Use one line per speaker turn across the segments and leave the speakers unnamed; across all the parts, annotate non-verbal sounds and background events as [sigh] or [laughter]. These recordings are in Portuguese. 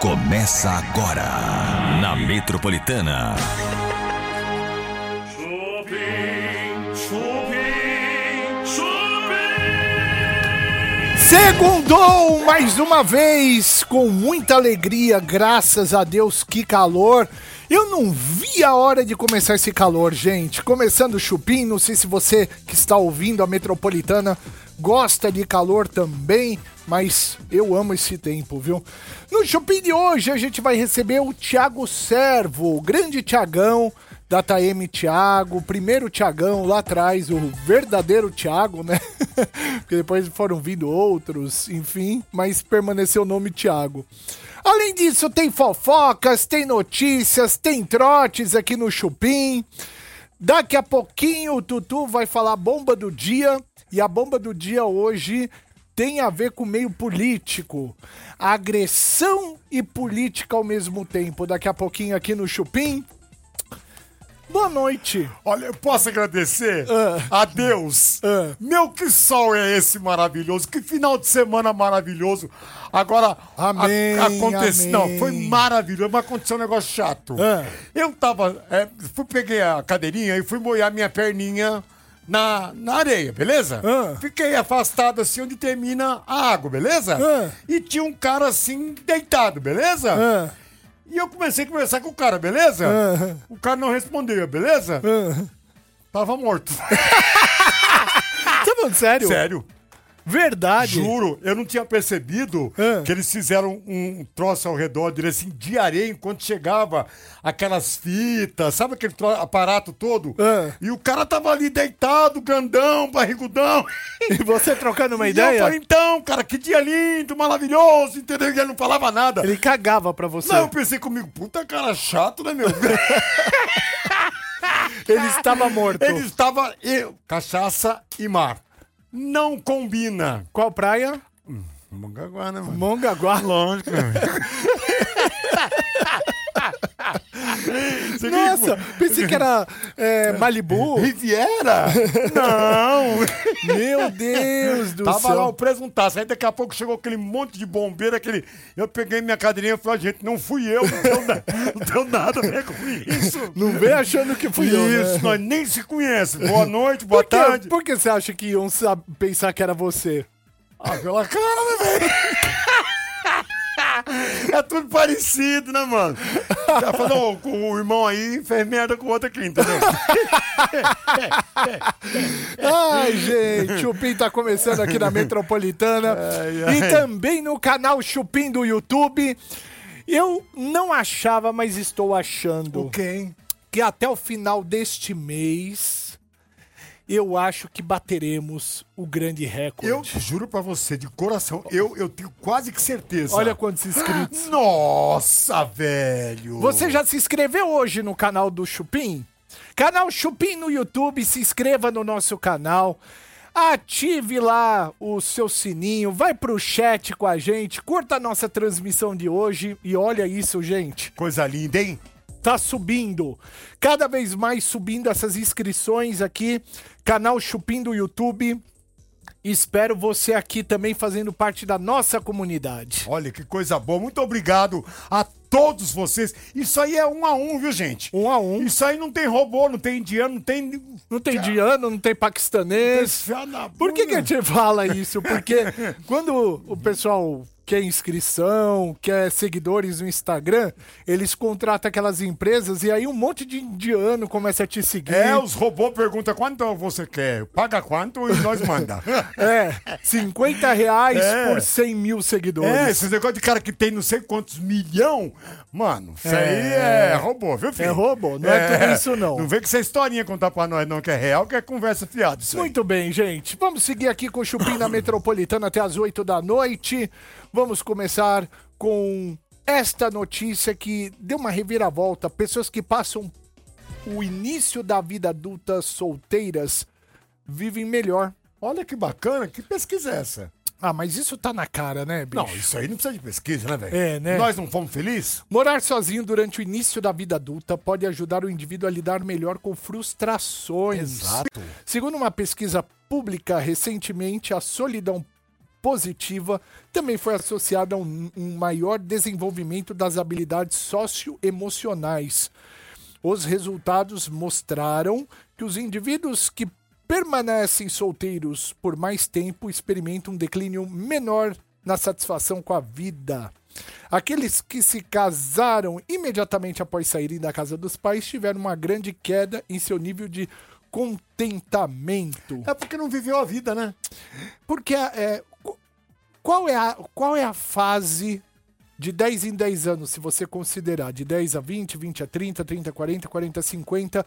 Começa agora na Metropolitana.
Chupim, chupim, chupim.
Segundou mais uma vez, com muita alegria, graças a Deus, que calor. Eu não vi a hora de começar esse calor, gente. Começando o chupim, não sei se você que está ouvindo a metropolitana gosta de calor também, mas eu amo esse tempo, viu? No chupim de hoje a gente vai receber o Thiago Servo, o grande Tiagão. da M Thiago, primeiro Thiagão lá atrás, o verdadeiro Thiago, né? [laughs] Porque depois foram vindo outros, enfim, mas permaneceu o nome Thiago. Além disso, tem fofocas, tem notícias, tem trotes aqui no Chupim. Daqui a pouquinho o Tutu vai falar a bomba do dia. E a bomba do dia hoje tem a ver com o meio político. Agressão e política ao mesmo tempo. Daqui a pouquinho aqui no Chupim. Boa noite.
Olha, eu posso agradecer
Ah.
a Deus.
Ah.
Meu, que sol é esse maravilhoso. Que final de semana maravilhoso. Agora,
Amém,
aconteceu. Não,
amém.
foi maravilhoso, mas aconteceu um negócio chato.
Ah.
Eu tava. é, fui, peguei a cadeirinha e fui molhar minha perninha na, na areia, beleza?
Ah.
Fiquei afastado assim onde termina a água, beleza?
Ah.
E tinha um cara assim deitado, beleza?
Ah,
E eu comecei a conversar com o cara, beleza?
Ah.
O cara não respondeu, beleza?
ah.
Tava [laughs] morto.
Tá falando sério?
Sério.
Verdade.
Juro, eu não tinha percebido
Ah.
que eles fizeram um troço ao redor dele, assim, de areia, enquanto chegava aquelas fitas, sabe aquele tro- aparato todo?
Ah.
E o cara tava ali deitado, grandão, barrigudão.
E você trocando uma
e
ideia?
eu falei, então, cara, que dia lindo, maravilhoso, entendeu? E ele não falava nada.
Ele cagava pra você.
Não, eu pensei comigo, puta cara chato, né, meu? [laughs]
ele estava morto.
ele estava... Eu, cachaça e mar. Não combina.
Qual praia?
Mongaguá, né, mano?
Mongaguá. [laughs]
Lógico. Você
Nossa,
viu?
pensei que era é, Malibu.
Riviera? [laughs] Não!
Meu Deus do
Tava lá o
céu.
preso um taço. Aí daqui a pouco chegou aquele monte de bombeiro, aquele. Eu peguei minha cadeirinha e falei, "Ah, gente, não fui eu, não deu, na- não deu nada, né? Com isso.
Não vem achando que [laughs] fui eu, né?
Isso, nós nem se conhecemos. Boa noite, boa
Por que-
tarde.
Por que você acha que iam sab- pensar que era você?
Ah, pela cara, né, velho? [laughs] É tudo parecido, né, mano? Já falou com o irmão aí, fez merda com o outro
[laughs]
aqui, entendeu?
Ai, gente, o Pim tá começando aqui na Metropolitana
[laughs] Ai, ai.
e também no canal Chupim do YouTube. Eu não achava, mas estou achando.
quem?
que até o final deste mês eu acho que bateremos o grande recorde.
Eu juro pra você, de coração, eu, eu tenho quase que certeza.
Olha quantos inscritos.
Nossa, velho!
Você já se inscreveu hoje no canal do Chupim? Canal Chupim no YouTube, se inscreva no nosso canal. Ative lá o seu sininho, vai pro chat com a gente, curta a nossa transmissão de hoje e olha isso, gente.
Coisa linda, hein?
tá subindo. Cada vez mais subindo essas inscrições aqui. Canal Chupim do YouTube. Espero você aqui também fazendo parte da nossa comunidade.
Olha que coisa boa. Muito obrigado a todos vocês. Isso aí é um a um, viu, gente?
Um a um.
Isso aí não tem robô, não tem indiano, não tem.
Não tem indiano, não tem paquistanês.
Enfiar na
Por que, que a
bunda.
gente fala isso?
[laughs]
Porque quando o pessoal quer inscrição, quer seguidores no Instagram, eles contratam aquelas empresas e aí um monte de indiano começa a te seguir.
É, os robôs perguntam quanto você quer, paga quanto e nós [laughs] manda.
É, 50 reais
[laughs] É.
por 100 mil seguidores.
é, esses negócios de cara que tem não sei quantos milhão, mano, isso aí é robô, viu, filho?
É robô, não é tudo isso, não.
Não vem que essa historinha contar pra nós, não, que é real, que é conversa fiada. Isso aí.
Muito bem, gente. Vamos seguir aqui com o Chupim
[coughs]
na Metropolitana até as 8 da noite. Vamos começar com esta notícia que deu uma reviravolta. Pessoas que passam o início da vida adulta solteiras vivem melhor.
Olha que bacana, que pesquisa é essa?
Ah, mas isso tá na cara, né, bicho?
Não, isso aí não precisa de pesquisa, né, velho?
É, né?
Nós não fomos felizes?
Morar sozinho durante o início da vida adulta pode ajudar o indivíduo a lidar melhor com frustrações. Segundo uma pesquisa pública recentemente, a solidão positiva também foi associada a um, um maior desenvolvimento das habilidades socioemocionais. Os resultados mostraram que os indivíduos que permanecem solteiros por mais tempo experimentam um declínio menor na satisfação com a vida. Aqueles que se casaram imediatamente após saírem da casa dos pais tiveram uma grande queda em seu nível de contentamento.
É porque não viveu a vida, né?
Porque é, qu- qual, é a, qual é a fase de 10 em 10 anos, se você considerar de 10 a 20, 20 a 30, 30 a 40, 40 a 50,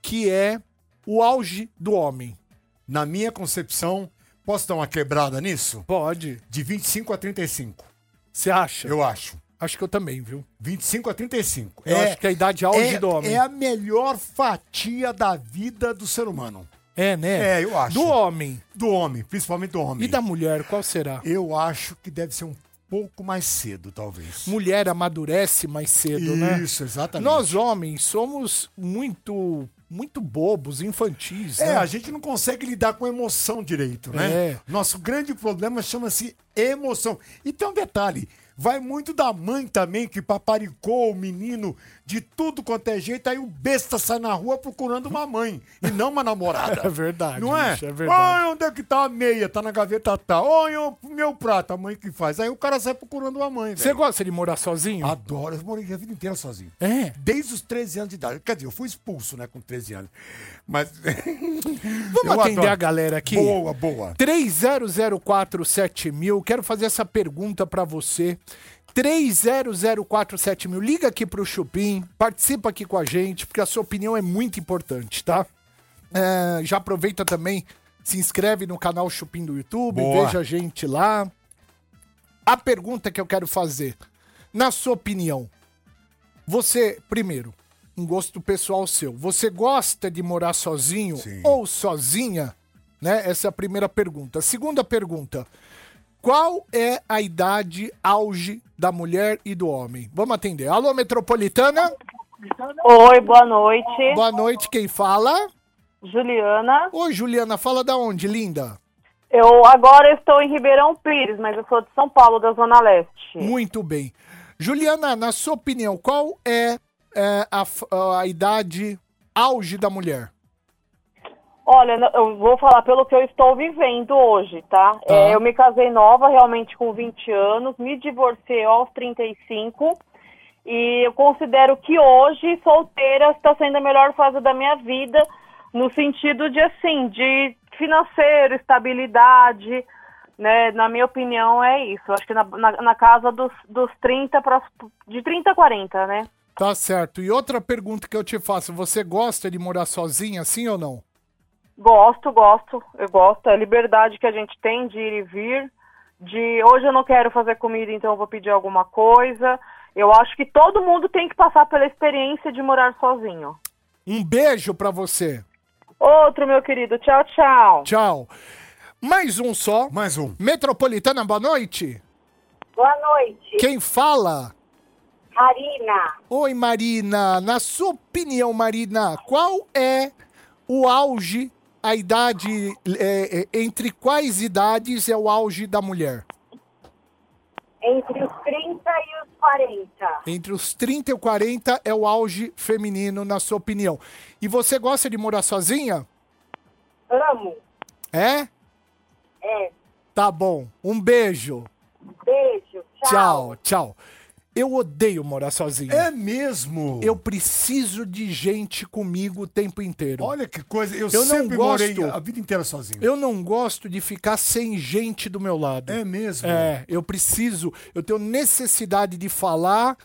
que é o auge do homem?
Na minha concepção, posso dar uma quebrada nisso?
Pode.
De 25 a 35,
Você acha?
eu acho.
Acho que eu também, viu?
25 a 35.
Eu acho que é a idade auge
é,
do homem.
É a melhor fatia da vida do ser humano.
É, né?
É, eu acho.
Do homem.
Do homem, principalmente do homem.
E da mulher, qual será?
Eu acho que deve ser um pouco mais cedo, talvez.
Mulher amadurece mais cedo, né?
Isso, exatamente.
Nós homens somos muito muito bobos, infantis,
É,
né?
a gente não consegue lidar com emoção direito, né?
É.
Nosso grande problema chama-se emoção. E tem um detalhe, vai muito da mãe também que paparicou o menino de tudo quanto é jeito, aí o besta sai na rua procurando uma mãe e não uma namorada.
[laughs] É verdade,
Não é?
bicho, é verdade.
Oi, onde é que tá a meia? Tá na gaveta, tá. Oi, o meu prato, a mãe que faz. Aí o cara sai procurando uma mãe,
Você
velho.
gosta de morar sozinho?
Adoro, eu morei a vida inteira sozinho.
É.
Desde os 13 anos de idade. Quer dizer, eu fui expulso, né, com 13 anos. Mas. [laughs]
Vamos
Eu
atender
adoro.
a galera aqui?
Boa, boa.
30047000. Quero fazer essa pergunta pra você. 30047000. Liga aqui pro Chupim, participa aqui com a gente, porque a sua opinião é muito importante, tá? É, já aproveita também, se inscreve no canal Chupim do YouTube,
Boa.
veja a gente lá. A pergunta que eu quero fazer, na sua opinião, você, primeiro, um gosto pessoal seu, você gosta de morar sozinho
Sim.
ou sozinha? Né? Essa é a primeira pergunta. Segunda pergunta, qual é a idade auge da mulher e do homem? Vamos atender. Alô, Metropolitana?
Oi, boa noite.
Boa noite, quem fala?
Juliana.
Oi, Juliana, fala da onde, linda?
Eu agora estou em Ribeirão Pires, mas eu sou de São Paulo, da Zona Leste.
Muito bem. Juliana, na sua opinião, qual é, é, a, f- a idade auge da mulher?
Olha, n- eu vou falar pelo que eu estou vivendo hoje, tá?
Tá.
É, eu me casei nova, realmente com 20 anos, me divorciei aos 35. E eu considero que hoje, solteira, está sendo a melhor fase da minha vida, no sentido de, assim, de financeiro, estabilidade, né? Na minha opinião, é isso. Eu Acho que na, na- na casa dos, dos 30 para... De 30 a 40, né?
Tá certo. E outra pergunta que eu te faço: você gosta de morar sozinha, sim ou não?
Gosto, gosto. Eu gosto. É a liberdade que a gente tem de ir e vir. De hoje eu não quero fazer comida, então eu vou pedir alguma coisa. Eu acho que todo mundo tem que passar pela experiência de morar sozinho.
Um beijo pra você.
Outro, meu querido. Tchau, tchau.
Tchau. Mais um só.
Mais um.
Metropolitana, boa noite.
Boa noite,
Quem fala?
Marina.
Oi, Marina. Na sua opinião, Marina, qual é o auge, a idade, é, é, entre quais idades é o auge da mulher?
Entre os 30 e os 40.
Entre os 30 e o 40 é o auge feminino, na sua opinião. E você gosta de morar sozinha?
Amo.
É?
É.
Tá bom. Um beijo.
Beijo.
Tchau, tchau. Eu odeio morar sozinho.
É mesmo?
Eu preciso de gente comigo o tempo inteiro.
Olha que coisa. Eu,
Eu não
sempre morei
gosto.
a vida inteira sozinho.
Eu não gosto de ficar sem gente do meu lado.
É mesmo?
É, eu preciso, eu tenho necessidade de falar,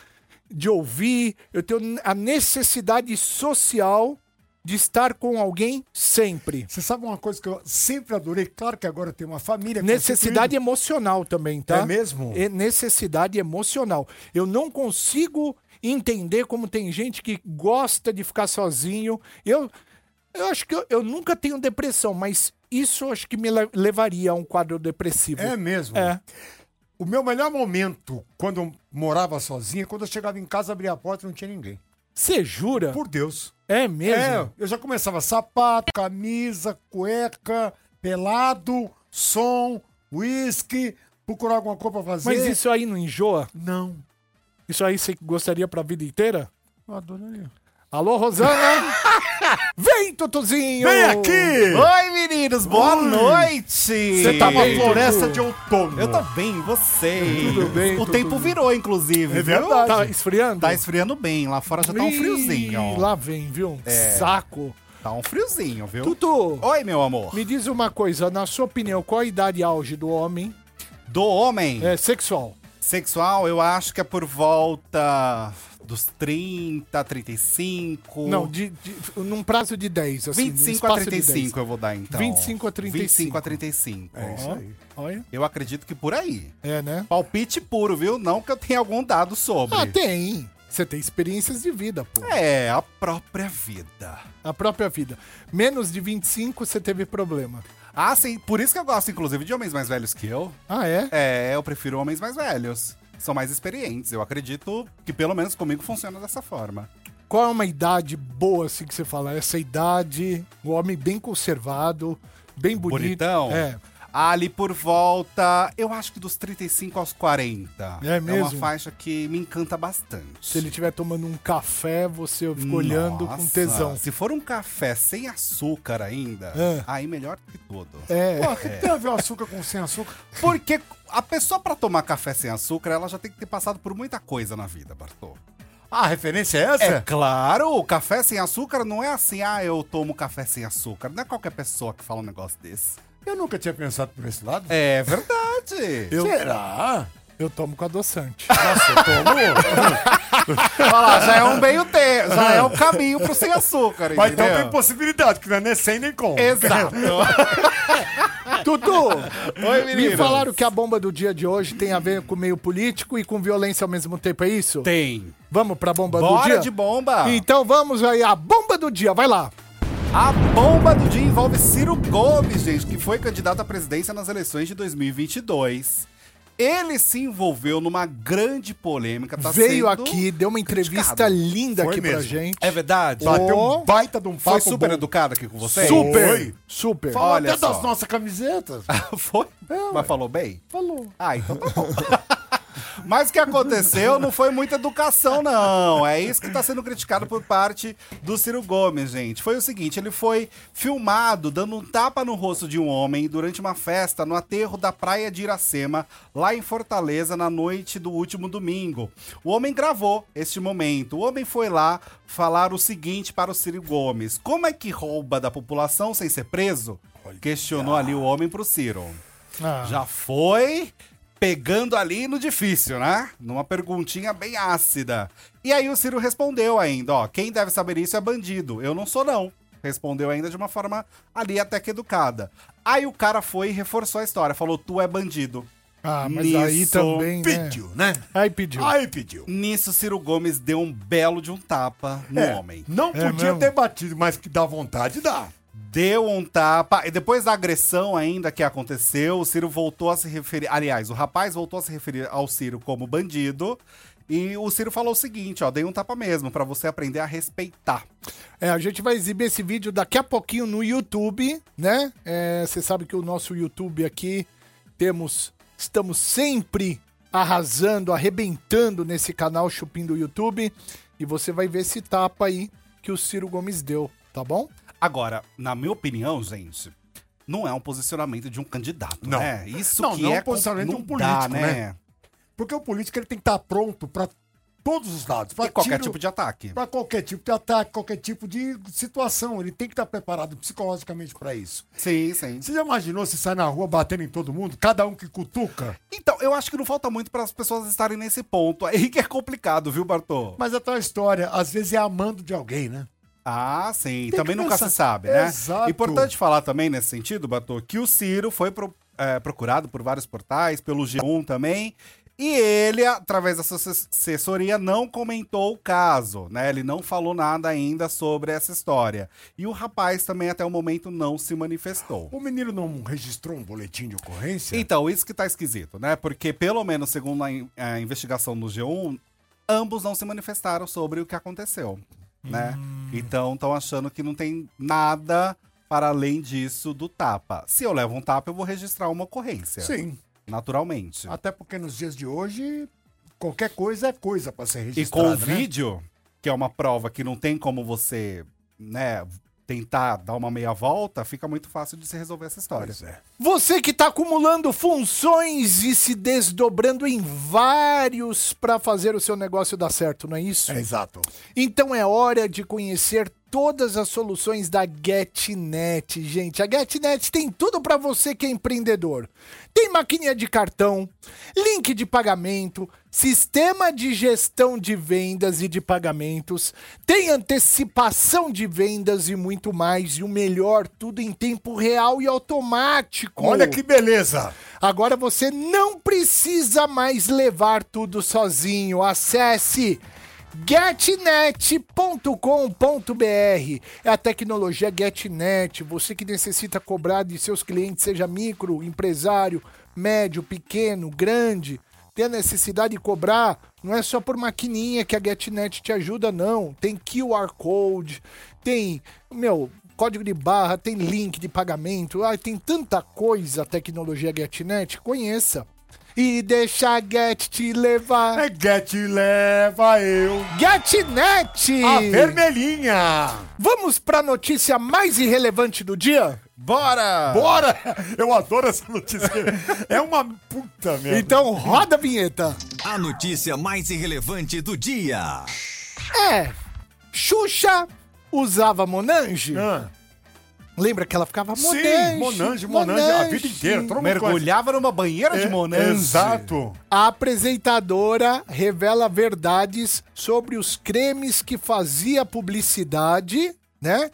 de ouvir, eu tenho a necessidade social de estar com alguém sempre.
Você sabe uma coisa que eu sempre adorei? Claro que agora tem uma família.
Necessidade emocional também, tá?
É mesmo?
É necessidade emocional. Eu não consigo entender como tem gente que gosta de ficar sozinho. Eu, eu acho que eu, eu nunca tenho depressão, mas isso eu acho que me le- levaria a um quadro depressivo.
É mesmo?
É.
O meu melhor momento, quando eu morava sozinho, é quando eu chegava em casa, abria a porta e não tinha ninguém.
Você jura?
Por Deus.
É mesmo?
É, eu já começava sapato, camisa, cueca, pelado, som, uísque, procurar alguma coisa pra fazer.
Mas isso aí não enjoa?
Não.
Isso aí você gostaria pra vida inteira?
Eu adoraria.
Alô, Rosana? Vem, Tutuzinho!
Vem aqui!
Oi, meninos, boa
Oi.
noite!
Você tá uma
Ei,
floresta
Dudu.
de outono.
Eu tô bem, e vocês?
Tudo bem,
O
tudo
tempo
bem.
virou, inclusive.
É
viu?
verdade.
Tá esfriando?
Tá esfriando bem, lá fora já tá um
Ih,
friozinho.
Lá vem, viu? Saco.
Tá um friozinho, viu?
Tutu,
Oi, meu amor.
me diz uma coisa, na sua opinião, qual a idade auge do homem
Do homem
é, sexual?
sexual, eu acho que é por volta dos 30, 35.
Não, de, de- num prazo de 10, assim. num
25 a
espaço de
35 eu vou dar, então.
25 a 35.
25 a 35.
dez. Ó, Olha.
Eu acredito que por aí.
É, né?
Palpite puro, viu? Não que eu tenha algum dado sobre.
Ah, tem. Você tem experiências de vida, pô.
É, a própria vida.
A própria vida. Menos de 25 você teve problema.
Ah, sim, por isso que eu gosto, inclusive, de homens mais velhos que eu.
Ah, é?
É, eu prefiro homens mais velhos. São mais experientes. Eu acredito que, pelo menos comigo, funciona dessa forma.
Qual é uma idade boa, assim, que você fala? Essa idade, o homem bem conservado, bem bonito.
Bonitão?
É.
Ali por volta, eu acho que dos 35 aos 40.
É
É
mesmo?
uma faixa que me encanta bastante.
Se ele estiver tomando um café, você fica olhando com
Nossa,
tesão.
Se for um café sem açúcar ainda,
É.
aí melhor que tudo.
É.
Pô, o que que tem a ver o açúcar com sem açúcar?
Porque a pessoa pra tomar café sem açúcar, ela já tem que ter passado por muita coisa na vida, Bartô.
Ah, a referência é essa?
É claro, o café sem açúcar não é assim, ah, eu tomo café sem açúcar. Não é qualquer pessoa que fala um negócio desse.
Eu nunca tinha pensado por esse lado.
É verdade.
É,
[laughs]
Será?
Eu tomo com adoçante.
Nossa, eu tomo.
Olha lá, já é um meio ter, já é um caminho pro sem açúcar,
Mas então
entendeu?
tem possibilidade, que não é nem sem nem com.
Exato.
Tutu!
Oi,
Me
meninos.
falaram que a bomba do dia de hoje tem a ver com meio político e com violência ao mesmo tempo, é isso?
[laughs] Tem.
Vamos pra bomba do
Bora
dia?
de bomba.
Então vamos aí, a bomba do dia, vai lá.
A bomba do dia envolve Ciro Gomes, gente, que foi candidato à presidência nas eleições de 2022. Ele se envolveu numa grande polêmica. tá
Veio
sendo
aqui, deu uma entrevista
criticado.
linda
Foi
aqui pra
mesmo.
gente.
É verdade?
Bateu
Ô.
um baita de um
Foi
papo
super
bom.
educado aqui com você?
Super,
Foi.
super.
Falou
Olha
até das
só. É
nossas camisetas.
[laughs] Foi?
ué.
Mas falou bem?
Falou.
Ah, então tá bom. [laughs] Mas o que aconteceu não foi muita educação, não. É isso que tá sendo criticado por parte do Ciro Gomes, gente. Foi o seguinte: ele foi filmado dando um tapa no rosto de um homem durante uma festa no aterro da Praia de Iracema, lá em Fortaleza, na noite do último domingo. O homem gravou este momento. O homem foi lá falar o seguinte para o Ciro Gomes: Como é que rouba da população sem ser preso? Questionou ali o homem pro Ciro.
Ah.
Já foi pegando ali no difícil, né? Numa perguntinha bem ácida. E aí o Ciro respondeu ainda, ó, quem deve saber isso é bandido. Eu não sou não. Respondeu ainda de uma forma ali até que educada. Aí o cara foi e reforçou a história, falou: "Tu é bandido".
Ah, mas
Nisso
aí também, né?
Pediu, né?
Aí pediu.
Aí pediu.
Nisso Ciro Gomes deu um belo de um tapa no
É,
homem.
Não
É
podia
mesmo?
ter batido, mas que dá vontade, dá.
Deu um tapa. E depois da agressão ainda que aconteceu, o Ciro voltou a se referir. Aliás, o rapaz voltou a se referir ao Ciro como bandido. E o Ciro falou o seguinte: ó, dei um tapa mesmo, pra você aprender a respeitar.
É, a gente vai exibir esse vídeo daqui a pouquinho no YouTube, né? É, Você sabe que o nosso YouTube aqui temos, estamos sempre arrasando, arrebentando nesse canal Chupim do YouTube. E você vai ver esse tapa aí que o Ciro Gomes deu, tá bom?
Agora, na minha opinião, gente, não é um posicionamento de um candidato,
Não.
né? Isso
Não,
que
não é
é
um posicionamento de
não
um
dá, né?
político, Porque o político ele tem que estar pronto pra todos os lados. Pra
E qualquer
tiro,
tipo de ataque.
Pra qualquer tipo de ataque, qualquer tipo de situação. Ele tem que estar preparado psicologicamente pra isso.
Sim, sim.
Você já imaginou se sai na rua batendo em todo mundo? Cada um que cutuca?
Então, eu acho que não falta muito para as pessoas estarem nesse ponto. Aí [laughs] que é complicado, viu, Bartô?
Mas é tal história. Às vezes é amando de alguém, né?
Ah, sim.
que
também nunca
pensar.
se sabe, né?
Exato.
Importante falar também nesse sentido, Batô, que o Ciro foi pro- eh, procurado por vários portais, pelo G1 também. E ele, através da sua assess- assessoria, não comentou o caso, né? Ele não falou nada ainda sobre essa história. E o rapaz também, até o momento, não se manifestou.
O menino não registrou um boletim de ocorrência?
Então, isso que tá esquisito, né? Porque, pelo menos, segundo a, in- a investigação no G1, ambos não se
Hum.
manifestaram sobre o que aconteceu, né? Então, estão achando que não tem nada para além disso do tapa. Se eu levo um tapa, eu vou registrar uma ocorrência.
Sim. Tá
Naturalmente.
Até porque nos dias de hoje, qualquer coisa é coisa para ser
E
registrada.
com o
né?
vídeo, que é uma prova que não tem como você, né, tentar dar uma meia volta, fica muito fácil de se resolver essa história.
Pois é.
Você que está acumulando funções e se desdobrando em vários para fazer o seu negócio dar certo, não é isso?
É, exato.
Então é hora de conhecer todas as soluções da GetNet, gente. A GetNet tem tudo para você que é empreendedor. Tem maquininha de cartão, link de pagamento, sistema de gestão de vendas e de pagamentos, tem antecipação de vendas e muito mais. E o melhor, tudo em tempo real e automático.
Olha que beleza.
Agora você não precisa mais levar tudo sozinho. Acesse getnet.com.br. É a tecnologia GetNet. Você que necessita cobrar de seus clientes, seja micro, empresário, médio, pequeno, grande, tem a necessidade de cobrar, não é só por maquininha que a GetNet te ajuda, não. Tem QR Code, tem, meu, código de barra, tem link de pagamento, ah, tem tanta coisa a tecnologia GetNet, conheça. E deixa a Get te levar.
É Get leva eu.
GetNet!
A vermelhinha.
Vamos pra notícia mais irrelevante do dia?
Bora!
Bora! Eu adoro essa notícia. É uma puta merda.
Então roda a vinheta.
A notícia mais irrelevante do dia.
É, Xuxa usava Monange?
Ah,
Lembra que ela ficava Monange?
Sim, Monange, Monange, a vida inteira. Todo mundo conhece.
Mergulhava numa banheira de
É,
Monange.
Exato.
A apresentadora revela verdades sobre os cremes que fazia publicidade, né?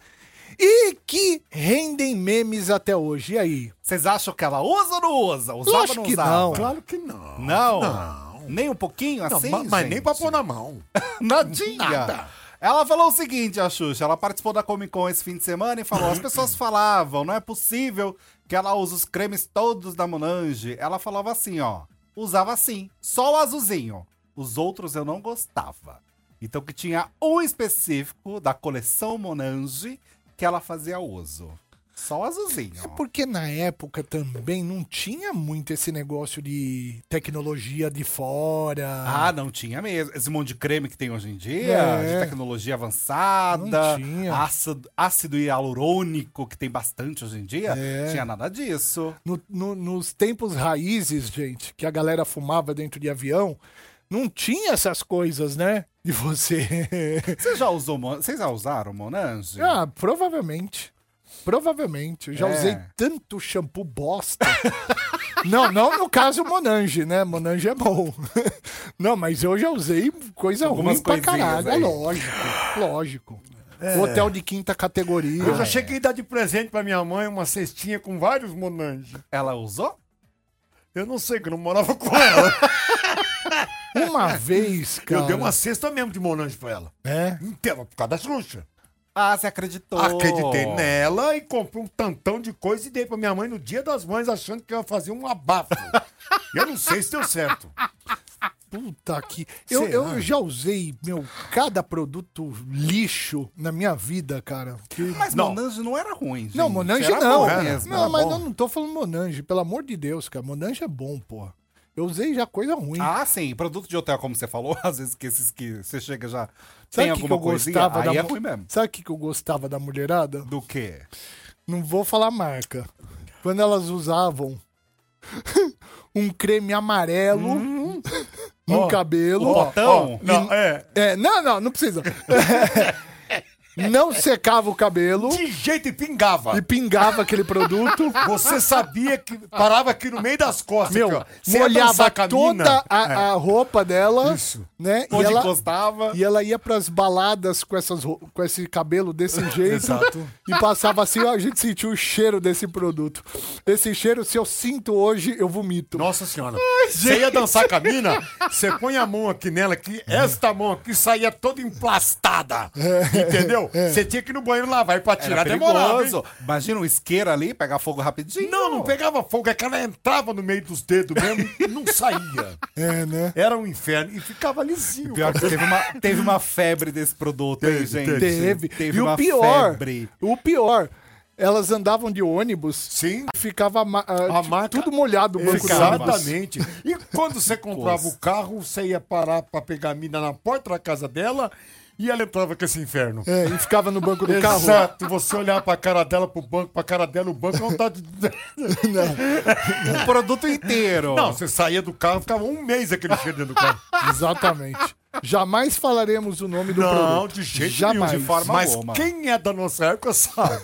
E que rendem memes até hoje. E aí?
Vocês acham que ela usa ou não usa? Usava
Lógico
ou não
que
usava?
não.
Claro que não.
Não?
Não.
Nem um pouquinho
Não,
assim,
ma- mas nem
gente?
pra pôr na mão.
[laughs] Nadinha.
Nada.
Ela falou o seguinte, a Xuxa, ela participou da Comic Con esse fim de semana
[laughs]
e falou, as pessoas falavam, não é possível que ela usa os cremes todos da Monange. Ela falava assim, ó, usava assim, só o azulzinho. Os outros eu não gostava. Então que tinha um específico da coleção Monange que ela fazia uso. Só o azulzinho.
É porque na época também não tinha muito esse negócio de tecnologia de fora.
Ah, não tinha mesmo. Esse monte de creme que tem hoje em dia,
É.
de tecnologia avançada,
Não tinha.
Ácido, ácido hialurônico que tem bastante hoje em dia,
É.
tinha nada disso.
No- no- nos tempos raízes, gente, que a galera fumava dentro de avião, não tinha essas coisas, né? De
[laughs]
você.
Você já usou, Mon- vocês já usaram Monange?
ah, provavelmente. Provavelmente. Eu já
É.
usei tanto shampoo bosta. não, não no caso Monange, né? Monange é bom. [laughs] não, mas eu já usei coisa
Algumas
ruim pra
coisinhas
caralho. É
aí.
lógico, lógico. Hotel de quinta categoria.
É. Eu já cheguei a dar de presente pra minha mãe uma cestinha com vários Monange.
Ela usou?
Eu não sei, que eu não morava com ela.
Uma vez, [laughs] cara.
Eu dei uma cesta mesmo de Monange pra ela.
É?
Inteira, por causa da Xuxa.
Ah, você acreditou.
Acreditei nela e comprei um tantão de coisa e dei pra minha mãe no dia das mães, achando que eu ia fazer um abafo. E eu não sei se deu certo.
Puta que. Eu,
Será?
eu já usei, meu, cada produto lixo na minha vida, cara. Que-
Mas
Não.
Monange não era ruim, gente.
Não, Monange
Era
não.
bom
era.
mesmo.
não, é
era
mas
bom.
eu não tô falando Monange, pelo amor de Deus, cara. Monange é bom, pô. Eu usei já coisa ruim.
Ah, sim, produto de hotel, como você falou, [laughs] às vezes que esses que você chega já
Sabe
tem
o que, que
alguma
eu
coisinha,
gostava
aí
da
é
mu-
ruim mesmo.
Sabe o que, que eu gostava da mulherada?
Do quê?
Não vou falar marca. Quando elas usavam [laughs] um creme amarelo no cabelo.
o Hum. botão?
não, é.
É, [laughs] não, não, não precisa.
[laughs]
não secava o cabelo
De jeito e pingava.
e pingava aquele produto.
Você sabia que parava aqui no meio das costas.
Meu,
aqui, ó. Você ia dançar
molhava
com a
toda
mina? É.
a, a roupa dela,
Isso.
né? E
Onde
ela,
encostava.
e ela ia pras baladas com, essas, rou- com esse cabelo
[laughs]
desse jeito.
Exato.
E passava assim, ó, a gente sentiu o cheiro desse produto. Esse cheiro, se eu sinto hoje, eu vomito.
Nossa senhora. Você ia dançar com a mina, você põe a mão aqui nela, que
É.
esta mão aqui saía toda emplastada. Entendeu? Você tinha que ir no banheiro lavar e pra
É. Era
tirar demorava. hein?
perigoso. Imagina um isqueiro ali, pegar fogo rapidinho.
Não, não pegava fogo, é que ela entrava no meio dos dedos mesmo e não saía.
É, né?
Era um inferno e ficava lisinho.
Pior é que teve uma, teve uma febre desse produto aí, gente.
Teve.
Teve
e
uma
o pior,
febre.
o pior, elas andavam de ônibus.
Sim.
Ficava ma- ah,
A
tipo,
marca-
tudo molhado o banco do ônibus.
Exatamente. E quando você comprava o carro, você ia parar pra pegar a mina na porta da casa dela e ela entrava com esse inferno.
É, e ficava no banco do carro.
[laughs] Exato, você olhar pra cara dela, pro banco, pra cara dela, o banco não tá. de- [laughs]
O produto inteiro.
Não, você saía do carro, ficava um mês aquele cheiro dentro do carro.
Exatamente. Jamais falaremos o nome do
Não,
produto.
de jeito
Jamais.
nenhum.
de forma
Mas
alguma.
quem é da nossa época sabe.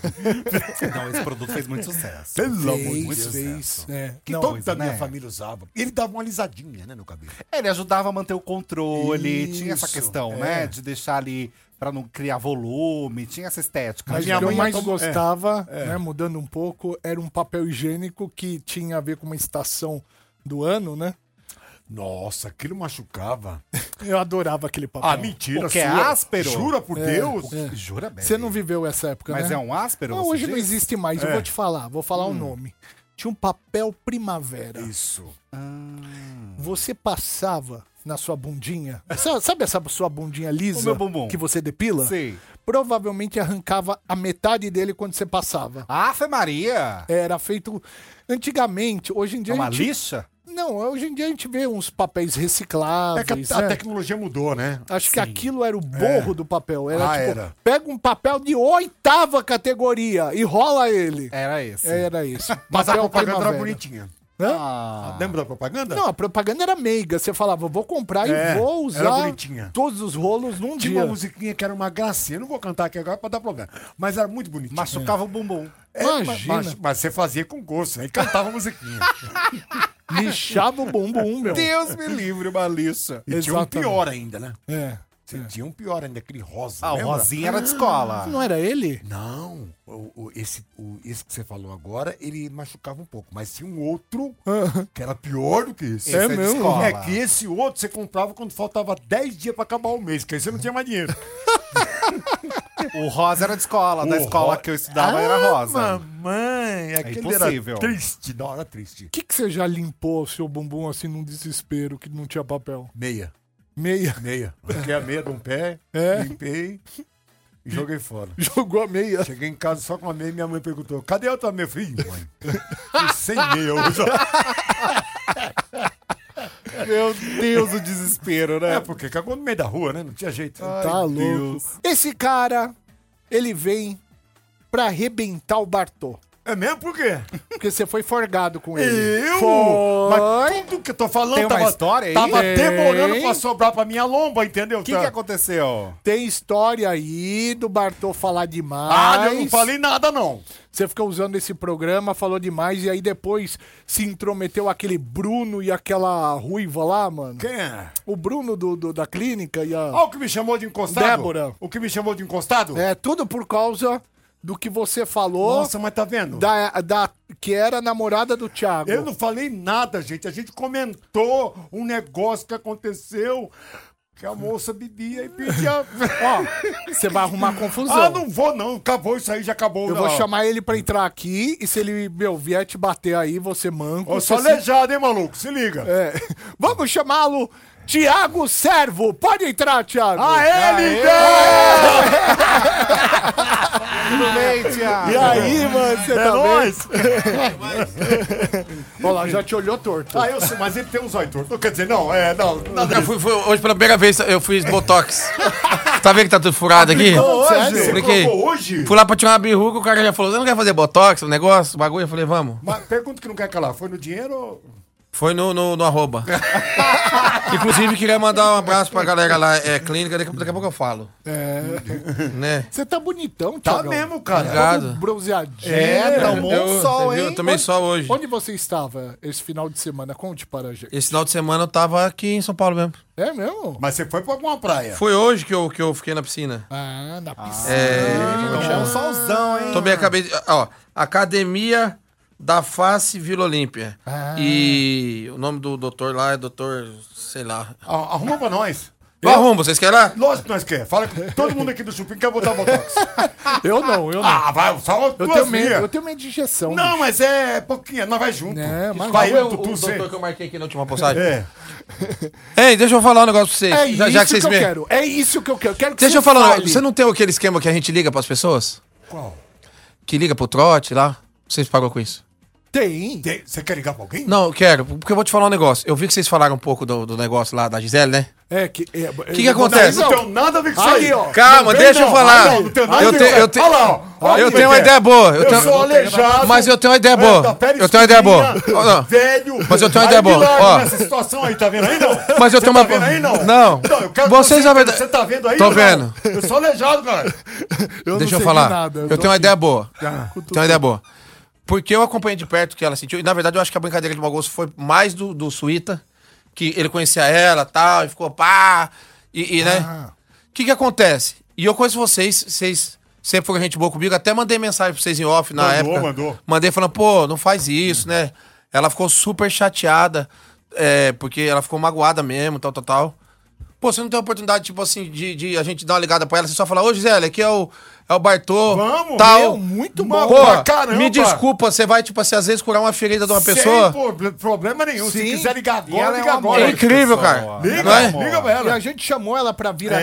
Não, esse produto fez muito sucesso.
Pelo amor de
Fez,
Deus.
fez. É.
Que
Não,
toda
coisa,
a minha
né?
família usava. Ele dava uma alisadinha, né, no cabelo.
Ele ajudava a manter o controle, tinha essa
Isso,
questão,
é.
né? De deixar ali pra não criar volume, tinha essa estética.
Mas
Tinha
o que eu
mãe
mais
tomou- é,
gostava, né, mudando um pouco, era um papel higiênico que tinha a ver com uma estação do ano, né?
Nossa, aquilo machucava.
Eu adorava aquele papel.
Ah, mentira,
O que é
sua.
áspero?
Jura por Deus?
muito- Jura bem.
Você não viveu essa época,
Mas
né?
é um áspero?
Ah,
você
hoje não
diz?
existe mais, eu vou te falar, vou falar o nome. Tinha um papel primavera.
Isso.
Ah. Você passava na sua bundinha, sa- [laughs] sabe essa sua bundinha lisa
meu bumbum.
que você depila?
Sei.
Provavelmente arrancava a metade dele quando você passava.
Ave Maria!
Era feito antigamente, hoje em
É
dia
uma
a gente...
lixa?
Não, hoje em dia a gente vê uns papéis recicláveis.
É que a, a
né?
tecnologia mudou, né?
Acho que aquilo era o borro do papel. Era
Ah,
tipo,
era.
pega um papel de oitava categoria e rola ele.
Era esse.
Era isso.
[laughs] Mas a
Papel
propaganda era
primavera.
bonitinha.
Hã?
Ah,
Lembra da propaganda?
Não, a propaganda era meiga. Você falava, vou comprar
É,
e vou
era
usar
bonitinha.
todos os rolos num
Tinha
dia.
Um uma musiquinha que era uma gracinha. Eu não vou cantar aqui agora pra dar problema. Mas era muito bonitinha.
machucava o bumbum.
É, ma-
Imagina.
Mas, mas você fazia com gosto, aí cantava a musiquinha. [laughs]
Lixava o bumbum, meu.
Deus me livre, uma lixa.
E tinha um
Exatamente.
pior ainda, né?
É.
Você tinha um pior ainda, aquele rosa.
Ah, o
lembra?
Rosinha era de escola.
Não era ele?
Não, o, o- esse, o- esse que você falou agora, ele machucava um pouco, mas tinha um outro que era pior do que esse.
Esse
É
de
mesmo?
escola.
É que esse outro você comprava quando faltava 10 dias pra acabar o mês, que aí você não tinha mais [laughs] dinheiro.
O rosa era de escola. Da
O
escola
ro- Ah,
que eu estudava era rosa.
Mamãe, aquele
impossível.
era É triste, da hora triste.
O que, que você já limpou seu bumbum assim num desespero que não tinha papel?
Meia,
Meia. [laughs]
meia. Fiquei a meia de um pé,
É.
limpei e joguei fora.
Jogou a meia.
Cheguei em casa só com uma meia e minha mãe perguntou: cadê a outra meia? Eu falei, "Ih, mãe, tô sem meia hoje.
[laughs] Meu Deus, o desespero, né?
É, porque cagou no meio da rua, né? Não tinha jeito.
Tá louco.
Deus.
Esse cara, ele vem pra arrebentar o Bartô.
É mesmo por quê?
Porque você foi forgado com ele.
Eu?
Foi.
Mas tudo que eu tô falando
Tem uma
tava,
história aí?
tava
Tem.
demorando pra sobrar pra minha lomba, entendeu? Tá.
O que, que aconteceu?
Tem história aí do Bartô falar demais.
Ah, eu não falei nada, não.
Você ficou usando esse programa, falou demais, e aí depois se intrometeu aquele Bruno e aquela ruiva lá, mano.
Quem é?
O Bruno do, do- da clínica e a.
Olha o que me chamou de encostado.
Débora.
O que me chamou de encostado?
É, tudo por causa do que você falou
Nossa, mas tá vendo?
da, da. que era namorada do Thiago.
Eu não falei nada, gente. A gente comentou um negócio que aconteceu que a moça bebia e pedia.
Ó, você vai arrumar confusão.
[laughs] ah, não vou, não. Acabou isso aí, já acabou.
Eu
não.
vou chamar ele pra entrar aqui e se ele, meu, vier te bater aí, você manco.
Ô, só
você se-
aleijado, hein, maluco? Se liga.
É. [laughs] Vamos chamá-lo Tiago Servo. Pode entrar, Tiago.
Aê, Lindão!
Tudo bem, Tiago?
E aí, mano, você
É
tá bem?
nóis!
Olha lá, já te olhou torto.
Ah, eu sei, mas ele tem uns olhos tortos. Quer dizer, não, é, não. não, não.
Eu fui, fui- hoje pela primeira vez eu fiz botox. tá vendo que tá tudo furado aqui?
Hoje? Você
Expliquei.
colocou hoje?
Fui lá pra tirar uma birruca, o cara já falou: Você não quer fazer botox, um negócio, um bagulho? Eu falei: Vamos.
Mas pergunta que não quer calar. Foi no dinheiro ou...
Foi no, no, no arroba. Inclusive, queria mandar um abraço pra galera lá, é clínica, daqui, daqui a pouco eu falo. É. Né?
Você tá bonitão,
Tá
Tiago.
mesmo, cara.
Obrigado.
Bronzeadinho.
É, tá um bom
Eu-
sol,
você viu?
hein?
Eu tomei sol hoje.
Onde você estava esse final de semana? Conte para a gente.
Esse final de semana eu tava aqui em São Paulo mesmo.
É mesmo?
Mas você foi pra alguma praia.
Foi hoje que eu, que eu fiquei na piscina.
Ah, na
[laughs]
piscina.
É.
Tomou um solzão, hein?
Ah.
Tomei, acabei de. Ó, Academia da Face Vila Olímpia.
Ah.
E o nome do doutor lá é doutor, sei lá.
A- Arruma pra nós.
Eu arrumo, vocês querem lá?
Lógico que nós quer. Fala que todo mundo aqui do Chupim quer botar Botox.
Eu não, eu não.
Ah, vai, só
eu,
duas
tenho medo,
vias.
eu tenho medo de injeção.
Não, mas é pouquinho. Nós vai junto.
É, mas-
vai
Qual é
eu,
o, o
Tutu, você.
doutor que eu marquei aqui na última postagem?
É.
Ei, deixa eu falar um negócio pra vocês.
É
já,
isso
já que
que,
vocês
eu
me...
quero. É isso que eu quero. quero que
Deixa
você
eu falar um
fale.
negócio. Você não tem aquele esquema que a gente liga pras pessoas?
Qual?
que liga pro trote lá? Vocês pagam com isso?
Tem.
Tem- Você quer ligar pra alguém?
Não, eu quero, porque eu vou te falar um negócio. Eu vi que vocês falaram um pouco do, do negócio lá da Gisele, né?
É que. O
O que, que acontece?
Não tem nada a ver com isso
Aí,
aí,
ó.
ó.
Calma,
Não tem,
deixa eu
não.
falar.
Ah, não, não tem nada
eu
a ver
tenho,
com
eu
isso.
tenho,
Olha lá, ó. Olha
eu
como
tenho
é
uma
que é.
ideia boa. Eu,
Eu
tenho,
sou aleijado.
Mas eu tenho uma ideia
Velho
boa.
da pele
eu tenho uma ideia boa.
escura,
Ó, não.
Velho.
Mas eu tenho uma
Aí
ideia boa,
milagre
ó.
Nessa situação aí, tá vendo aí, não?
Mas eu
Você
tenho uma-
Tá vendo aí, não?
Não.
eu quero
Vocês,
que
na verdade-
Você tá vendo aí?
Tô
não?
vendo.
Eu sou aleijado, cara.
Deixa eu falar. eu Ah, tenho uma ideia boa. Eu tenho uma ideia boa. Porque eu acompanhei de perto o que ela sentiu. E na verdade eu acho que a brincadeira de mau gosto foi mais do, do Suíta, que ele conhecia ela tal, e ficou pá. E, e, né? O que que acontece? E eu conheço vocês, vocês sempre foram gente boa comigo. Até mandei mensagem pra vocês em off na
Mandou,
época.
mandou.
Mandei falando, pô, não faz isso, né? Ela ficou super chateada, é, porque ela ficou magoada mesmo, tal, tal, tal. Pô, você não tem a oportunidade, tipo assim, de, de a gente dar uma ligada pra ela, você só falar, ô Gisele, aqui é o, é o Bartô.
Vamos,
tal.
meu, muito bom.
Pô,
Pra caramba.
me desculpa, você vai, tipo assim, às vezes curar uma ferida de uma
Sem
pessoa.
pro- problema nenhum. Se
Sim.
quiser ligar
E
agora,
ela é
liga
uma
agora.
é
amor.
incrível,
pessoa.
cara.
Liga,
Não é?
liga pra
E a
ela.
gente chamou ela pra vir
É.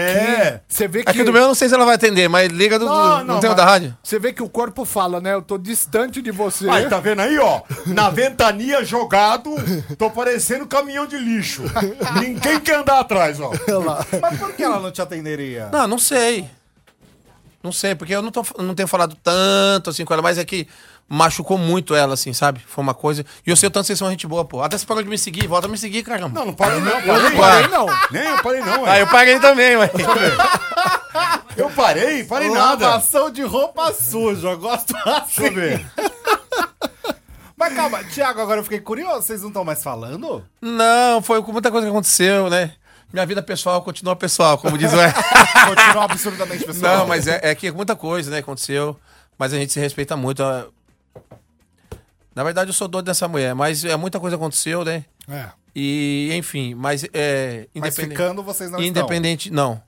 aqui. Você vê que.
Aqui do meu eu não sei se ela vai atender, mas liga do. do- Não,
Não, não,
tem o
mas-
da rádio?
Você vê que o corpo fala, né? Eu tô distante de você.
Aí, tá vendo aí, ó? Na ventania, jogado, tô parecendo caminhão de lixo. Ninguém quer andar atrás, ó.
Mas por que ela não te atenderia?
Não, não sei. Não sei, porque eu não, tô, não tenho falado tanto assim com ela, mas é que machucou muito ela, assim, sabe? Foi uma coisa. E eu sei o tanto que vocês são gente boa, pô. Até você parou de me seguir, volta a me seguir, caramba.
Não, não parei não,
não
parei.
parei,
não. Nem eu parei não,
Ah,
ué.
eu parei também, ué.
Eu parei, parei nada.
Lavação de roupa suja, eu gosto
Deixa
assim.
eu ver.
Mas calma, Thiago, agora eu fiquei curioso, vocês não estão mais falando?
Não, foi com muita coisa que aconteceu, né? Minha vida pessoal continua pessoal, como diz
[laughs]
o
Continua absurdamente pessoal.
Não, mas é, é que muita coisa, né, aconteceu. Mas a gente se respeita muito. ah. Na verdade, eu sou doido dessa mulher, mas é, muita coisa aconteceu, né?
É.
E, enfim, mas é.
Mas
independen-
ficando vocês não
independente, não.